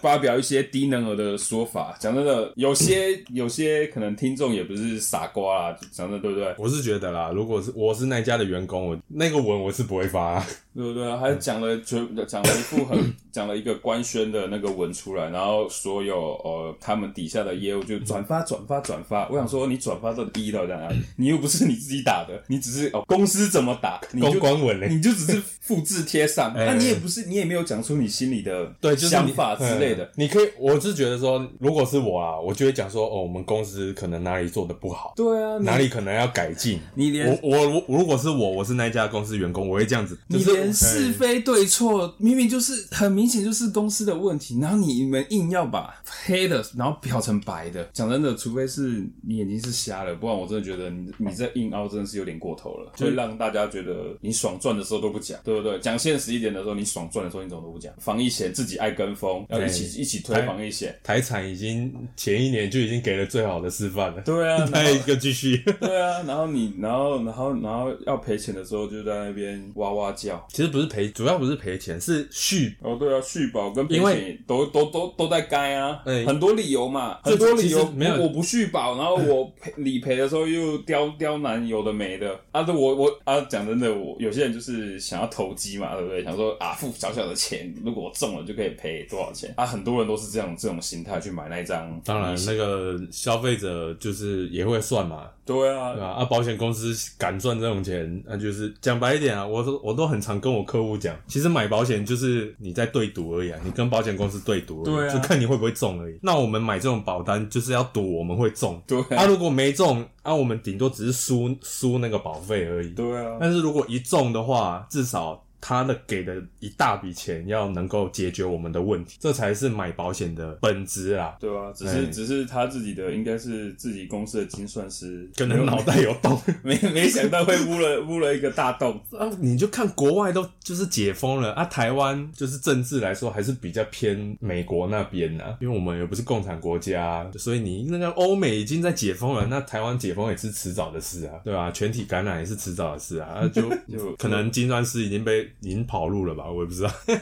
Speaker 2: 发表一些低能儿的说法。讲真的，有些有些可能听众也不是傻瓜啦，讲真的对不对？
Speaker 1: 我是觉得啦，如果是我是那家的员工，我那个文我是不会发、
Speaker 2: 对不对？
Speaker 1: 嗯
Speaker 2: 还讲了就讲了一副很讲了一个官宣的那个文出来，然后所有呃他们底下的业务就转发转发转发。我想说，你转发到第一到底在哪里？你又不是你自己打的，你只是哦公司怎么打， <laughs> 你
Speaker 1: 公
Speaker 2: 就
Speaker 1: 关文嘞、
Speaker 2: 你就只是复制贴上，那、
Speaker 1: <laughs> 哎
Speaker 2: 你也不是你也没有讲出你心里的
Speaker 1: 对，就是
Speaker 2: 想
Speaker 1: 你
Speaker 2: 法之类的
Speaker 1: 嗯。你可以，我是觉得说，如果是我啊，我就会讲说，哦，我们公司可能哪里做的不好，
Speaker 2: 对啊，
Speaker 1: <laughs> 哪
Speaker 2: 你
Speaker 1: 里可能要改 <laughs> 进。
Speaker 2: 你
Speaker 1: 我
Speaker 2: 连。
Speaker 1: 我我如果是我，我是那家公司员工，我会这样子。就
Speaker 2: 你
Speaker 1: 是
Speaker 2: 连是非对错，明明就是很明显就是公司的问题，然后你们硬要把黑的，然后漂成白的。讲真的，除非是你眼睛是瞎了，不然我真的觉得你你这硬凹真的是有点过头了，就让大家觉得你爽赚的时候都不讲，对不对？讲现实一点的时候，你爽赚的时候你怎么都不讲？防疫险自己爱跟风，要一起一起推防疫险，
Speaker 1: 哎台产已经前一年就已经给了最好的示 <laughs> 范了，
Speaker 2: 对啊，
Speaker 1: 那
Speaker 2: 然后
Speaker 1: 一个继续。
Speaker 2: 对啊，然后你，然后，然后，然后要赔钱的时候就在那边哇哇叫。
Speaker 1: <laughs> 其实不是赔，主要不是赔钱，是续。
Speaker 2: 哦，对啊，续保跟赔
Speaker 1: 因为
Speaker 2: 钱都都都都在该啊，
Speaker 1: 哎
Speaker 2: 很多理由嘛，
Speaker 1: 这
Speaker 2: 很多理
Speaker 1: 其实
Speaker 2: 由
Speaker 1: 没有哎
Speaker 2: 我我不续保，然后我赔理赔的时候又刁刁难有的没的啊，对我我啊讲真的，我有些人就是想要投机嘛，对不对？想说啊付小小的钱，如果我中了就可以赔多少钱啊，很多人都是这样这种心态去买那一张，
Speaker 1: 当然，那个消费者就是也会算嘛，
Speaker 2: 对啊
Speaker 1: 对，吧？啊，保险公司敢赚这种钱，那、就是讲白一点啊，我都我都很常跟我客户讲，其实买保险就是你在对赌而已啊，你跟保险公司对赌而已，
Speaker 2: 对啊
Speaker 1: 就看你会不会中而已。那我们买这种保单就是要赌我们会中，
Speaker 2: 对
Speaker 1: 啊，如果没中，啊，我们顶多只是输输那个保费而已。
Speaker 2: 对啊，
Speaker 1: 但是如果一中的话，至少他的给的一大笔钱要能够解决我们的问题，这才是买保险的本质啊。
Speaker 2: 对啊，只
Speaker 1: 哎
Speaker 2: 是只是他自己的，应该是自己公司的精算师，
Speaker 1: 可能脑袋有洞，
Speaker 2: 没没想到会污了污了一个大洞。
Speaker 1: 啊，你就看国外都就是解封了啊，台湾就是政治来说还是比较偏美国那边啊，因为我们也不是共产国家啊、所以你那个欧美已经在解封了，那台湾解封也是迟早的事啊，对吧、全体感染也是迟早的事啊，啊就
Speaker 2: 就
Speaker 1: 可能金砖师已经被已经跑路了吧，我也不知道。 <laughs>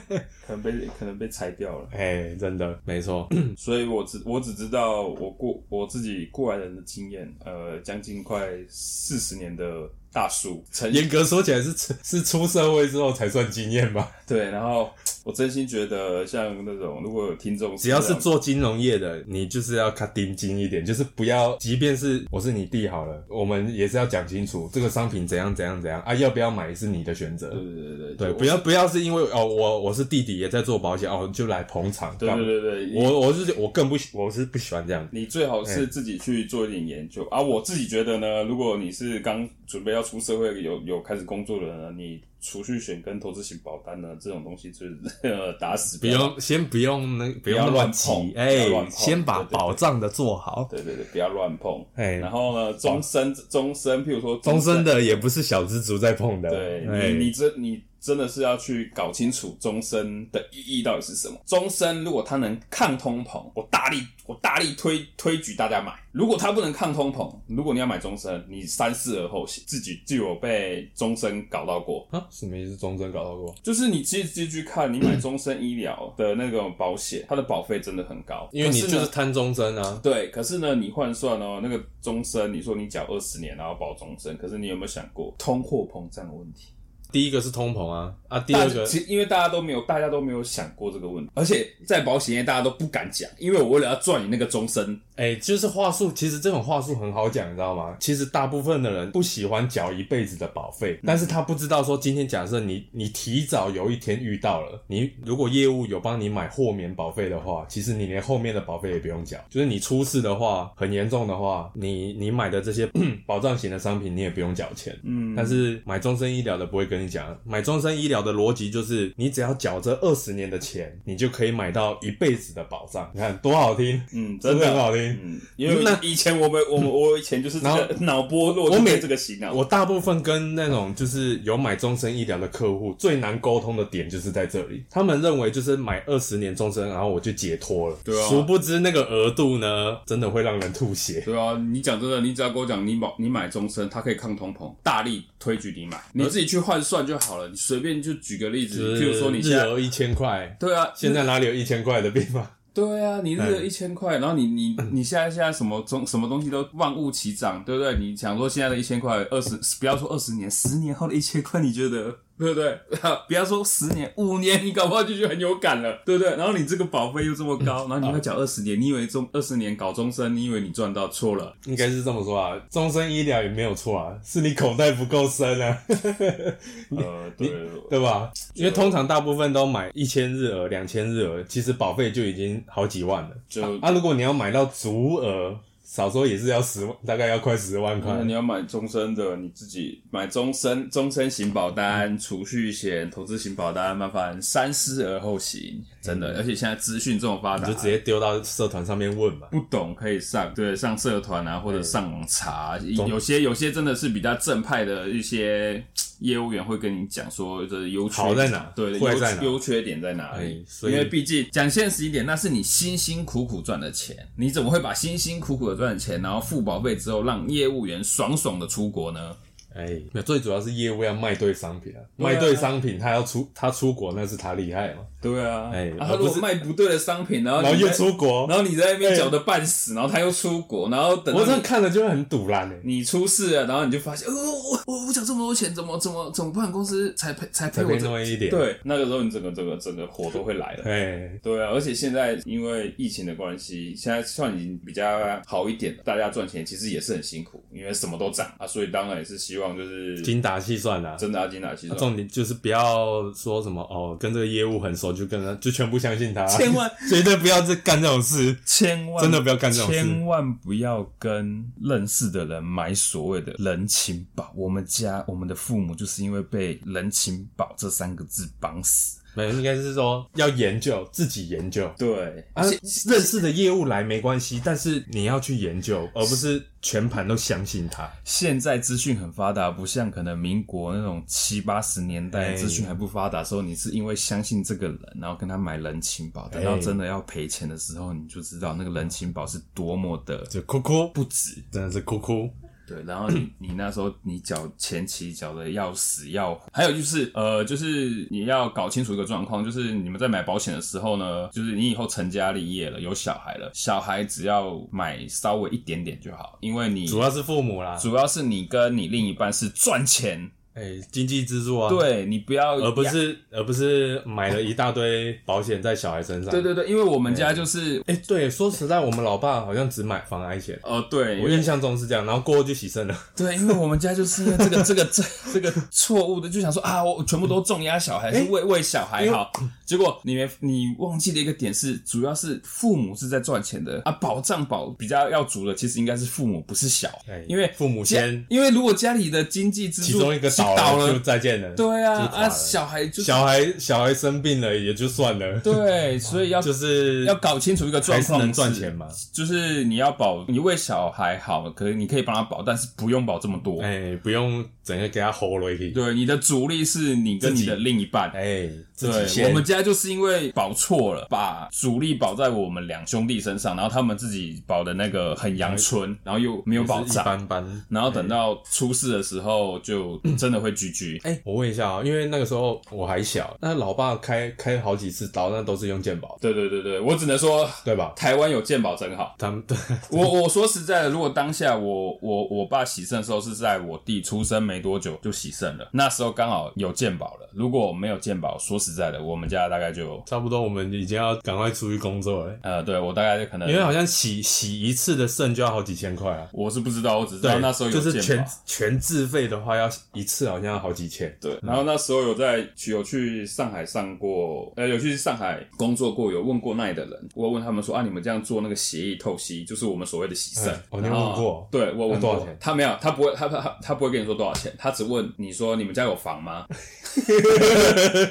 Speaker 2: 可能被可能被裁掉了，
Speaker 1: 哎，真的没错， <coughs>
Speaker 2: 所以我只我只知道我过我自己过来人的经验，呃，将近快四十年的大叔成
Speaker 1: 严格说起来是出是出社会之后才算经验吧，
Speaker 2: 对，然后我真心觉得像那种如果有听众
Speaker 1: 只要
Speaker 2: 这
Speaker 1: 是
Speaker 2: 样
Speaker 1: 做金融业的，你就是要卡盯紧一点，就是不要，即便是我是你弟好了，我们也是要讲清楚这个商品怎样怎样怎样啊，要不要买是你的选择
Speaker 2: 对。对对
Speaker 1: 对，
Speaker 2: 就
Speaker 1: 不要不要是因为哦，我我是弟弟也在做保险哦，就来捧场。
Speaker 2: 对
Speaker 1: 干嘛
Speaker 2: 对对对，你
Speaker 1: 我我哎是我更不喜我是不喜欢这样。
Speaker 2: 你最好是自己去做一点研究、啊。我自己觉得呢，如果你是刚准备要出社会有有开始工作的人呢，你储蓄险跟投资型保单呢这种东西就是呃打死
Speaker 1: 不
Speaker 2: 要
Speaker 1: 用先不用那不
Speaker 2: 不
Speaker 1: 用
Speaker 2: 要乱
Speaker 1: 提
Speaker 2: 碰，不
Speaker 1: 哎
Speaker 2: 要乱，碰
Speaker 1: 先把
Speaker 2: 对对对
Speaker 1: 保障的做好。
Speaker 2: 对对对，不要乱碰。
Speaker 1: 哎，
Speaker 2: 然后呢，终身终身，譬如说
Speaker 1: 终身，的也不是小资族在碰的。
Speaker 2: 对
Speaker 1: 哎
Speaker 2: 你你真你真的是要去搞清楚终身的意义到底是什么。终身如果它能抗通膨，我大力我大力推推举大家买；如果它不能抗通膨，如果你要买终身，你三思而后行。自己就有被终身搞到过，
Speaker 1: 啊，什么意思？终身搞到过？
Speaker 2: 就是你自己自己去看，你买终身医疗的那种保险，它的保费真的很高，
Speaker 1: 因为你
Speaker 2: 可
Speaker 1: 就
Speaker 2: 呢
Speaker 1: 是贪终身啊。
Speaker 2: 对，可是呢，你换算哦，那个终身，你说你缴二十年，然后保终身，可是你有没有想过通货膨胀的问题？
Speaker 1: 第一个是通膨啊啊，第
Speaker 2: 大
Speaker 1: 二
Speaker 2: 家
Speaker 1: 个
Speaker 2: 其实因为大家都没有，大家都没有想过这个问题，而且在保险业大家都不敢讲，因为我为了要赚你那个终身，
Speaker 1: 哎、就是话术，其实这种话术很好讲，你知道吗？其实大部分的人不喜欢缴一辈子的保
Speaker 2: 嗯
Speaker 1: 费，但是他不知道说，今天假设你你提早有一天遇到了，你如果业务有帮你买豁免保费的话，其实你连后面的保费也不用缴，就是你出事的话，很严重的话，你你买的这些 <coughs> 保障型的商品，你也不用缴钱。
Speaker 2: 嗯
Speaker 1: 但是买终身医疗的不会跟你讲，买终身医疗的逻辑就是，你只要缴这二十年的钱，你就可以买到一辈子的保障。你看多好听，
Speaker 2: 嗯，
Speaker 1: 真
Speaker 2: 真
Speaker 1: 的很
Speaker 2: 的，
Speaker 1: 好听。
Speaker 2: 嗯，因为
Speaker 1: 那
Speaker 2: 以前我们我们我以前就是这
Speaker 1: 然
Speaker 2: 个脑波弱，
Speaker 1: 我每
Speaker 2: 就被这个啊洗脑，
Speaker 1: 我大部分跟那种就是有买终身医疗的客户最难沟通的点就是在这里，他们认为就是买二十年终身，然后我就解脱了。
Speaker 2: 对啊
Speaker 1: 殊不知那个额度呢，真的会让人吐血。
Speaker 2: 对啊，你讲真的，你只要跟我讲你买你买终身，它可以抗通膨，大力推举你买，你自己去换算就好了。你随便就举个例
Speaker 1: 就
Speaker 2: 子，
Speaker 1: 是
Speaker 2: 譬如说你现
Speaker 1: 日
Speaker 2: 在
Speaker 1: 额一千块，
Speaker 2: 对啊，
Speaker 1: 现在哪里有一千块的地方？
Speaker 2: 对啊，你日额
Speaker 1: 嗯
Speaker 2: 一千块，然后你你你现在现在什么中什么东西都万物齐涨，对不对？你想说现在的一千块，二十不要说二十年，十年后的一千块，你觉得对不对？ <laughs> 不要说十年，五年，你搞不好就觉得很有感了，对不对？然后你这个保费又这么高，然后你要缴二十年，你以为中二十年搞终身，你以为你赚到错了。
Speaker 1: 应该是这么说啊，终身医疗也没有错啊，是你口袋不够深啊， <laughs>
Speaker 2: 呃，对，
Speaker 1: 对吧？因为通常大部分都买一千日额、两千日额，其实保费就已经好几万了。
Speaker 2: 就
Speaker 1: 啊，如果你要买到足额，少说也是要十万，大概要快十万块。
Speaker 2: 哦那你要买终身的，你自己买终身终身型保
Speaker 1: 嗯
Speaker 2: 单、储蓄险、投资型保单，麻烦三思而后行，真的。而且现在资讯这么发达，
Speaker 1: 嗯你就直接丢到社团上面问嘛。
Speaker 2: 不懂可以上对上社团啊，或者上网查。
Speaker 1: 总
Speaker 2: 有些有些真的是比较正派的一些嘖业务员会跟你讲说，这优缺
Speaker 1: 好在哪
Speaker 2: 对，
Speaker 1: 坏
Speaker 2: 优
Speaker 1: 在哪
Speaker 2: 优缺点在哪里
Speaker 1: 哎？所以
Speaker 2: 因为毕竟讲现实一点，那是你辛辛苦苦赚的钱，你怎么会把辛辛苦苦的赚的钱，然后付保费之后让业务员爽爽的出国呢？
Speaker 1: 哎，没有最主要是业务要卖对商品啊，
Speaker 2: 对啊
Speaker 1: 卖对商品，他要出他出国那是他厉害嘛，
Speaker 2: 对啊，
Speaker 1: 哎
Speaker 2: 啊
Speaker 1: 而
Speaker 2: 他
Speaker 1: 不
Speaker 2: 如
Speaker 1: 是
Speaker 2: 果卖不对的商品，然后
Speaker 1: 然后
Speaker 2: 啊你
Speaker 1: 又
Speaker 2: 在，
Speaker 1: 出国，
Speaker 2: 然后你在那边搅得半死，然后他又出国，然后等到
Speaker 1: 我
Speaker 2: 你
Speaker 1: 这样看了就会很堵烂哎。
Speaker 2: 你出事了，然后你就发现，哦，我我我缴这么多钱，怎么怎么怎么办？公司才赔才赔
Speaker 1: 才
Speaker 2: 我
Speaker 1: 被那
Speaker 2: 这？
Speaker 1: 么一点，，
Speaker 2: 对，那个时候你整个整个整个火都会来了。
Speaker 1: 哎，
Speaker 2: 对啊，而且现在因为疫情的关系，现在算已经比较好一点了。大家赚钱其实也是很辛苦，因为什么都涨啊，所以当然也是希望就是
Speaker 1: 精打细算啊。
Speaker 2: 真的要精打细
Speaker 1: 啊
Speaker 2: 算。
Speaker 1: 重点就是不要说什么哦，跟这个业务很熟，就跟他就全部相信他，
Speaker 2: 千万
Speaker 1: <laughs> 绝对不要这干这种事。
Speaker 2: 千万
Speaker 1: 真的不要干这种事
Speaker 2: 千万不要跟认识的人买所谓的人情保。我们家我们的父母就是因为被“人情保”这三个字绑死。
Speaker 1: 没有，应该是说要研究，自己研究。
Speaker 2: 对，
Speaker 1: 啊，认识的业务来没关系，但是你要去研究，而不是全盘都相信他。
Speaker 2: 现在资讯很发达，不像可能民国那种七八十年代
Speaker 1: 哎
Speaker 2: 资讯还不发达的时候，你是因为相信这个人，然后跟他买人情保，等到
Speaker 1: 哎
Speaker 2: 真的要赔钱的时候，你就知道那个人情保是多么的
Speaker 1: 就哭哭，
Speaker 2: 不值。
Speaker 1: 真的是哭哭。
Speaker 2: 对，然后你你那时候你缴前期缴的要死要活，还有就是呃，就是你要搞清楚一个状况，就是你们在买保险的时候呢，就是你以后成家立业了，有小孩了，小孩只要买稍微一点点就好，因为你
Speaker 1: 主要是父母啦，
Speaker 2: 嗯主要是你跟你另一半是赚钱，
Speaker 1: 哎、经济支柱啊，，
Speaker 2: 对你不要
Speaker 1: 而不
Speaker 2: 养
Speaker 1: 是而不是买了一大堆保险在小孩身上。
Speaker 2: 对对对，因为我们家就是
Speaker 1: 哎、对，说实在，我们老爸好像只买防癌险，
Speaker 2: 呃对，
Speaker 1: 我印象中是这样，然后过后就洗肾了。
Speaker 2: 对，因为我们家就是因为这个这个这这个错误的，就想说啊，我全部都重压小孩，
Speaker 1: 哎
Speaker 2: 是为为小孩好。结果你没你忘记了一个点是，主要是父母是在赚钱的啊，保障保比较要足的，其实应该是父母，不是小孩，
Speaker 1: 哎
Speaker 2: 因为
Speaker 1: 父母
Speaker 2: 家
Speaker 1: 先，
Speaker 2: 因为如果家里的经济支柱
Speaker 1: 其中一个
Speaker 2: 是
Speaker 1: 倒了
Speaker 2: 倒
Speaker 1: 就再见了。
Speaker 2: 对啊
Speaker 1: 就垮了
Speaker 2: 啊，小孩就
Speaker 1: 小孩小孩生病了也就算了，
Speaker 2: 对，所以要
Speaker 1: 就是
Speaker 2: 要搞清楚一个状
Speaker 1: 还是
Speaker 2: 况，
Speaker 1: 能赚钱嘛。
Speaker 2: 就是你要保，你为小孩好，可你可以帮他保，但是不用保这么多。
Speaker 1: 哎、不用整个给他吼了一去。
Speaker 2: 对，你的主力是你跟你的另一半。
Speaker 1: 哎、自己
Speaker 2: 对，
Speaker 1: 先
Speaker 2: 我们家就是因为保错了，把主力保在我们两兄弟身上，然后他们自己保的那个很阳春，然后又没有保
Speaker 1: 哎就是一
Speaker 2: 障，
Speaker 1: 般般。
Speaker 2: 然后等到出事的时候就真的会居居。
Speaker 1: 哎、我问一下啊，因为那个时候我还小，那老爸开开好几次刀，那都是用健保，
Speaker 2: 对对对对，我只能说
Speaker 1: 对吧？
Speaker 2: 台湾有健保真好。
Speaker 1: 他们 <laughs> 对，
Speaker 2: 我我说实在的，如果当下我我我爸洗肾的时候是在我弟出生没多久就洗肾了，那时候刚好有健保了。如果没有健保，说实在的，我们家大概就
Speaker 1: 差不多我们已经要赶快出去工作了，
Speaker 2: 呃，对我大概就可能
Speaker 1: 因为好像洗洗一次的肾就要好几千块啊。
Speaker 2: 我是不知道，我只知
Speaker 1: 对
Speaker 2: 道，那时候有
Speaker 1: 就
Speaker 2: 健保。
Speaker 1: 是全全自费的话，要一次好像要好几千。
Speaker 2: 对，然后那时候有在有去上海上过，呃，有去上海工作过，有问过那里的人，我有问他们说啊，你们这样做那个协议透析，就是我们所谓的洗肾
Speaker 1: 哎。哦
Speaker 2: 然
Speaker 1: 你
Speaker 2: 后
Speaker 1: 有问过
Speaker 2: 对，我有问
Speaker 1: 那多少
Speaker 2: 过啊
Speaker 1: 钱
Speaker 2: 他没有，他不会，他他他他不会跟你说多少钱，他只问你说你们家有房吗？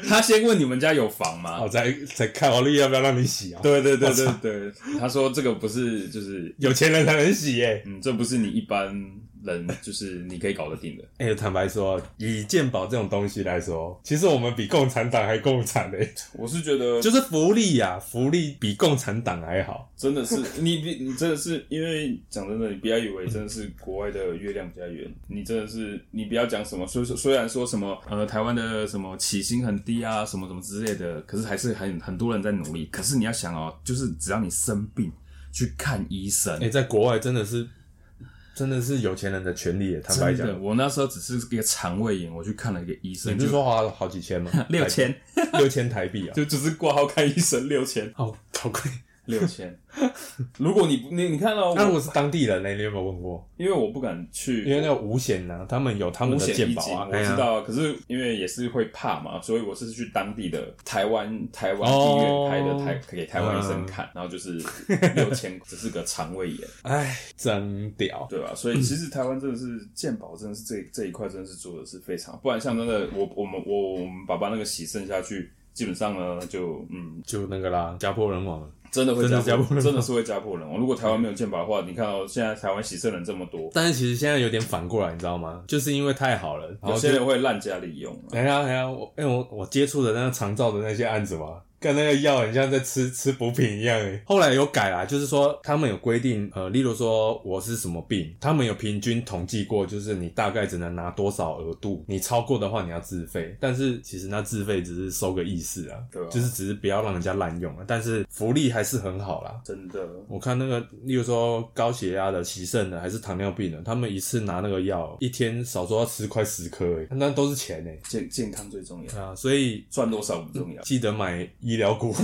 Speaker 2: <laughs> 他先问你们家有房吗？
Speaker 1: 我才才考虑要不要让你洗啊？，
Speaker 2: 哦对对对对对，他说这个不是就是，
Speaker 1: 有钱人才能洗耶、
Speaker 2: 嗯，这不是你一般人就是你可以搞得定的。
Speaker 1: 哎、坦白说，以健保这种东西来说，其实我们比共产党还共产嘞、
Speaker 2: 我是觉得
Speaker 1: <laughs> 就是福利呀、福利比共产党还好。
Speaker 2: 真的是你你你真的是因为讲真的，你不要以为真的是国外的月亮比较圆，你真的是你不要讲什么，虽虽然说什么呃台湾的什么起薪很低啊，什么什么之类的，可是还是很很多人在努力。可是你要想哦，就是只要你生病去看医生
Speaker 1: 哎、，在国外真的是，真的是有钱人的权利耶、坦白
Speaker 2: 真
Speaker 1: 讲
Speaker 2: 的，，我那时候只是一个肠胃炎，我去看了一个医
Speaker 1: 你
Speaker 2: 生，
Speaker 1: 不是
Speaker 2: 就
Speaker 1: 说花了好几千吗？
Speaker 2: <laughs> 六千，
Speaker 1: 台币，六千台币啊，
Speaker 2: 就只是挂号看医生六千
Speaker 1: <laughs> 好好贵。
Speaker 2: 六
Speaker 1: <laughs>
Speaker 2: 千。如果你不你你看到、哦
Speaker 1: 那如
Speaker 2: 我，
Speaker 1: 果是当地人呢？你有没有问过？
Speaker 2: 因为我不敢去，
Speaker 1: 因为那个五险呢、他们有他们
Speaker 2: 五
Speaker 1: 的
Speaker 2: 险
Speaker 1: 健
Speaker 2: 一
Speaker 1: 保
Speaker 2: 金，
Speaker 1: 啊，
Speaker 2: 我
Speaker 1: 哎呀
Speaker 2: 知道啊。可是因为也是会怕嘛，所以我是去当地的台湾台湾
Speaker 1: 哦
Speaker 2: 医院开的台给台湾医生看，然后就是六千，只是个肠胃
Speaker 1: <laughs>
Speaker 2: 炎，
Speaker 1: 哎，真屌！
Speaker 2: 对吧？所以其实台湾真的是健保，真的是这这一块真的是做的是非常，不然像真的我我们我我们爸爸那个洗肾下去，基本上呢就嗯
Speaker 1: 就那个啦，家破人亡了。
Speaker 2: 真的会
Speaker 1: 真的
Speaker 2: 家
Speaker 1: 家破人亡
Speaker 2: 真的是会家破人亡。如果台湾没有健保的
Speaker 1: <laughs>
Speaker 2: 话，你看到、现在台湾洗肾人这么多，
Speaker 1: 但是其实现在有点反过来，你知道吗？就是因为太好了，然
Speaker 2: 有
Speaker 1: 后
Speaker 2: 些
Speaker 1: 就
Speaker 2: 人会滥加利用啊。
Speaker 1: 哎呀哎呀，我哎、我我接触的那个长照的那些案子嘛，跟那个药很像在吃 <laughs> 吃补品一样哎。后来有改啦，就是说他们有规定，呃，例如说我是什么病，他们有平均统计过，就是你大概只能拿多少额度，你超过的话你要自费。但是其实那自费只是收个意思啊，
Speaker 2: 对啊
Speaker 1: 就是只是不要让人家滥用啊。但是福利还是很好啦。
Speaker 2: 真的，
Speaker 1: 我看那个，例如说高血压的、洗肾的，还是糖尿病的，他们一次拿那个药，一天少说要吃快十颗，哎，那都是钱哎。
Speaker 2: 健健康最重要，
Speaker 1: 啊，所以
Speaker 2: 赚多少不重
Speaker 1: <laughs>
Speaker 2: 要，
Speaker 1: 记得买医疗股。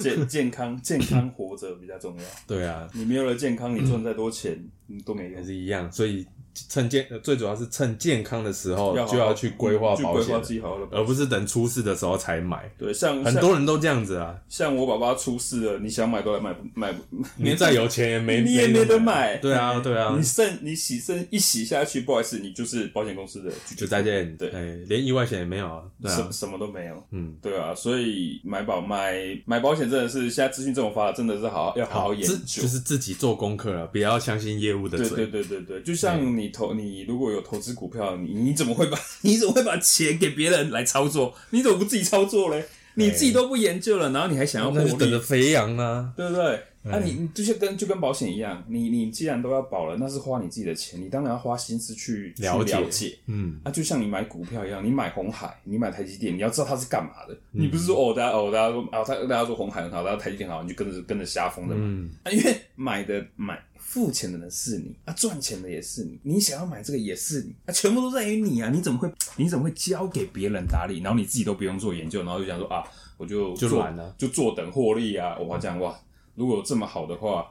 Speaker 2: 健健康健康活着比较重要。
Speaker 1: <laughs> 对啊，
Speaker 2: 你没有了健康，你赚再多钱你都没
Speaker 1: 也
Speaker 2: 用。
Speaker 1: 是一样。所以趁健，呃最主要是趁健康的时候
Speaker 2: 要好好
Speaker 1: 哦就要去规划
Speaker 2: 去
Speaker 1: 保
Speaker 2: 规划
Speaker 1: 险，
Speaker 2: 自己好好的保
Speaker 1: 而
Speaker 2: 险。
Speaker 1: 不是等出事的时候才买。
Speaker 2: 对，像
Speaker 1: 很多人都这样子
Speaker 2: <laughs>
Speaker 1: 啊，
Speaker 2: 像像我爸爸出事了，你想买都还买不买不，
Speaker 1: 你再有钱也没
Speaker 2: 你也没得买
Speaker 1: 对啊，对啊
Speaker 2: <laughs> 你，肾你洗肾一洗下去，不好意思，你就是保险公司的
Speaker 1: 就再见。
Speaker 2: 对
Speaker 1: 哎，连意外险也没有啊。对
Speaker 2: 什
Speaker 1: 啊，
Speaker 2: 什么都没有。
Speaker 1: 嗯，
Speaker 2: 对啊，所以买保买买保险真的是现在资讯这么发达，真的是好好要好好研
Speaker 1: 自
Speaker 2: 究。
Speaker 1: 就是自己做功课了，不要相信业务的
Speaker 2: 对对
Speaker 1: 嘴。
Speaker 2: 对对对，就像你投你如果有投资股票，你你怎么会把 <laughs> 你怎么会把钱给别人来操作？你怎么不自己操作嘞？你自己都不研究了，然后你还想要获
Speaker 1: 哎那就等
Speaker 2: 利
Speaker 1: 着，肥羊啊。
Speaker 2: 对不对？那、你你就是跟就跟保险一样，你你既然都要保了，那是花你自己的钱，你当然要花心思去去
Speaker 1: 了
Speaker 2: 了
Speaker 1: 解
Speaker 2: 解
Speaker 1: 嗯，
Speaker 2: 啊，就像你买股票一样，你买红海，你买台积电，你要知道它是干嘛的。
Speaker 1: 嗯
Speaker 2: 你不是说哦，大家哦，大家说啊，大大家说红海很好，大家台积电很好，你就跟着跟着瞎疯的买、
Speaker 1: 嗯
Speaker 2: 啊，因为买的买付钱的人是你啊，赚钱的也是你，你想要买这个也是你啊，全部都在于你啊，你怎么会你怎么会交给别人打理，然后你自己都不用做研究，然后就想说啊，我就
Speaker 1: 就
Speaker 2: 做
Speaker 1: 懒了
Speaker 2: 就坐等获利啊，我讲哇，如果有这么好的话，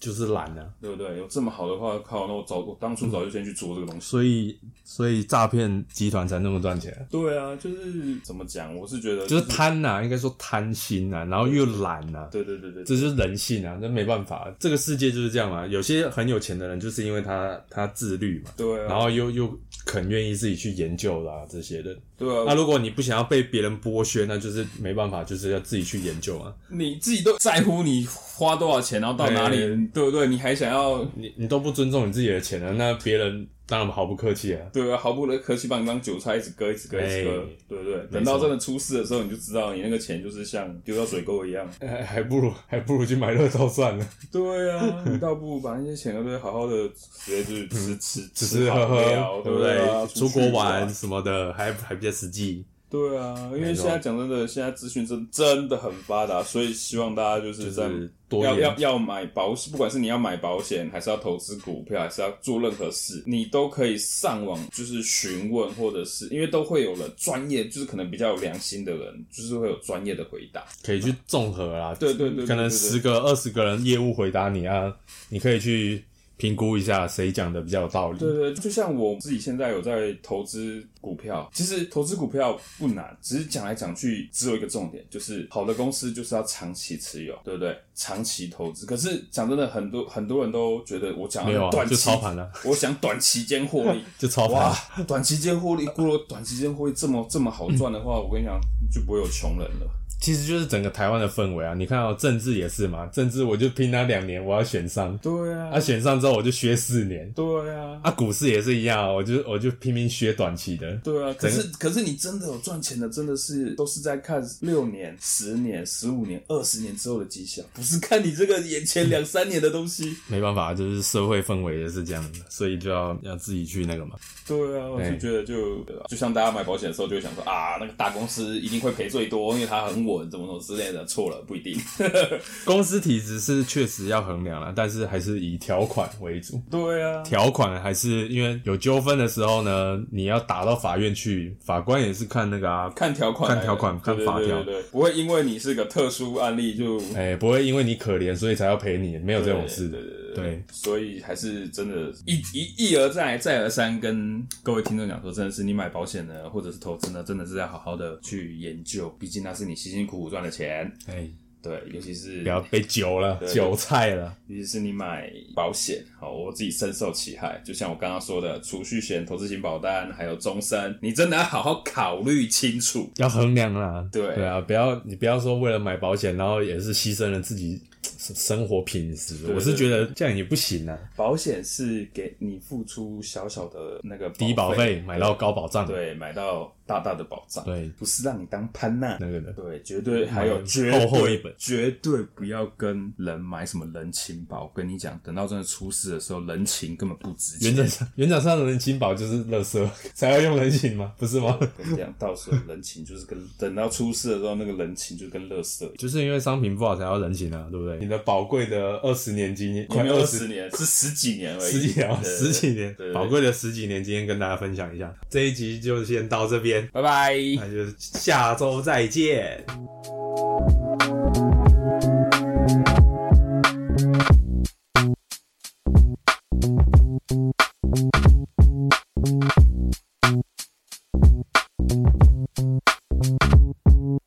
Speaker 1: 就是懒啊。
Speaker 2: 对不对？有这么好的话，靠，那我早我当初早就先去做这个东西。
Speaker 1: 所以，所以诈骗集团才那么赚钱。
Speaker 2: 对啊，就是怎么讲，我是觉得
Speaker 1: 就是贪呐、应该说贪心呐、然后又懒呐、
Speaker 2: 对对对对，
Speaker 1: 这就是人性啊，那没办法，这个世界就是这样嘛。有些很有钱的人，就是因为他他自律嘛，
Speaker 2: 对
Speaker 1: 然
Speaker 2: 啊，
Speaker 1: 后又又肯愿意自己去研究啦、这些的。
Speaker 2: 对
Speaker 1: 那
Speaker 2: 啊，
Speaker 1: 如果你不想要被别人剥削，那就是没办法，就是要自己去研究啊。
Speaker 2: 你自己都在乎你花多少钱，然后到哪里，
Speaker 1: 对
Speaker 2: 对不对？你还想要
Speaker 1: 你你都不尊重你自己的钱了，那别人当然毫不客气啊。
Speaker 2: 对啊，毫不客气把你当韭菜一直割，一直割，一直割
Speaker 1: 哎，
Speaker 2: 对不对？
Speaker 1: 错
Speaker 2: 等到真的出事的时候，你就知道你那个钱就是像丢到水沟一样。
Speaker 1: 哎还不如还不如去买乐透 <laughs> 算了，
Speaker 2: 对啊，你倒不如把那些钱都好好的直接就是吃吃
Speaker 1: 吃吃喝
Speaker 2: 好
Speaker 1: 喝
Speaker 2: 料，，
Speaker 1: <laughs> 对
Speaker 2: 不
Speaker 1: 不
Speaker 2: 对？啊
Speaker 1: 对？出国玩
Speaker 2: 去
Speaker 1: 什么的，还还比较实际。
Speaker 2: 对啊，因为
Speaker 1: 没错
Speaker 2: 现在讲真的，现在资讯真真的很发达，所以希望大家就是在
Speaker 1: 就是多
Speaker 2: 要
Speaker 1: 研
Speaker 2: 要要买保，不管是你要买保险，还是要投资股票，还是要做任何事，你都可以上网就是询问，或者是因为都会有人专业，就是可能比较有良心的人，就是会有专业的回答。
Speaker 1: 可以去综合啦，
Speaker 2: 对对对对对对
Speaker 1: 可能十个、二十个人业务回答你啊，你可以去评估一下谁讲的比较有道理。
Speaker 2: 对对，就像我自己现在有在投资股票，其实投资股票不难，只是讲来讲去只有一个重点，就是好的公司就是要长期持有，对不对？长期投资。可是讲真的，很多很多人都觉得我讲
Speaker 1: 没有啊
Speaker 2: 短期
Speaker 1: 就操盘啊，
Speaker 2: 我想短期间获利。
Speaker 1: <laughs> 就操盘
Speaker 2: 哇，短期间获利，如果短期间获利这么这么好赚的话，我跟你讲，就不会有穷人了。
Speaker 1: 其实就是整个台湾的氛围啊。你看哦，政治也是嘛，政治我就拼他两年，我要选上，
Speaker 2: 对啊
Speaker 1: 啊，选上之后我就削四年，
Speaker 2: 对啊，
Speaker 1: 啊，股市也是一样啊，我就我就拼命削短期的。
Speaker 2: 对啊，可是可是你真的有赚钱的，真的是都是在看六年、十年、十五年、二十年之后的绩效，不是看你这个眼前两三年的东西。
Speaker 1: 没办法，就是社会氛围也是这样的，所以就要要自己去那个嘛。
Speaker 2: <laughs> 对啊，我就
Speaker 1: 对
Speaker 2: 觉得就就像大家买保险的时候，就会想说啊，那个大公司一定会赔最多，因为它很稳，怎么怎么之类的。错了，不一 <laughs> 定。
Speaker 1: 公司体制是确实要衡量了，但是还是以条款为主。
Speaker 2: 对啊，
Speaker 1: 条款还是因为有纠纷的时候呢，你要打到法院去，法官也是看那个啊，
Speaker 2: 看条款来的，
Speaker 1: 看条款
Speaker 2: 对对
Speaker 1: 看法条
Speaker 2: 对对对，不会因为你是个特殊案例就
Speaker 1: 哎、不会因为你可怜所以才要赔你，没有这种事
Speaker 2: 对
Speaker 1: 的。
Speaker 2: 对
Speaker 1: 对，
Speaker 2: 所以还是真的，一一一而再，再而三跟各位听众讲说，真的是你买保险呢，或者是投资呢，真的是要好好的去研究，毕竟那是你辛辛苦苦赚的钱。
Speaker 1: 哎、
Speaker 2: 对，尤其是
Speaker 1: 不要被韭了，韭菜了。
Speaker 2: 尤其是你买保险，好，我自己深受其害。就像我刚刚说的，储蓄险、投资型保单，还有终身，你真的要好好考虑清楚。
Speaker 1: 要衡量啦，
Speaker 2: 对
Speaker 1: 对啊，不要你不要说为了买保险，然后也是牺牲了自己生生活品质，
Speaker 2: 对
Speaker 1: 我是觉得这样也不行啊。
Speaker 2: 保险是给你付出小小的那个
Speaker 1: 低保
Speaker 2: 费，
Speaker 1: 费买到高保障，
Speaker 2: 对，买到大大的保障，
Speaker 1: 对
Speaker 2: 不是让你当潘娜。
Speaker 1: 那个的，
Speaker 2: 对，绝对还有
Speaker 1: 买
Speaker 2: 绝
Speaker 1: 厚厚
Speaker 2: 对
Speaker 1: 一本
Speaker 2: 绝对不要跟人买什么人情保。我跟你讲，等到真的出事的时候，人情根本不值
Speaker 1: 原
Speaker 2: 钱。
Speaker 1: 则
Speaker 2: <laughs>
Speaker 1: 上原则上人情保就是垃圾， <laughs> 才要用人情吗？不是吗？
Speaker 2: 跟你讲，到时候人情就是跟等到出事的时候，那个人情就跟垃圾一样。
Speaker 1: 就是因为商品不好才要人情啊，对不对？你的宝贵的二十年经验，
Speaker 2: 也
Speaker 1: 快
Speaker 2: 没有
Speaker 1: 二
Speaker 2: 二
Speaker 1: 十
Speaker 2: 十年，是十几年而已。
Speaker 1: 十几年啊，
Speaker 2: 对
Speaker 1: 十几年
Speaker 2: 对对，
Speaker 1: 宝贵的十几年经验跟大家分享一下。这一集就先到这边，
Speaker 2: 拜拜。
Speaker 1: 那就下周再见。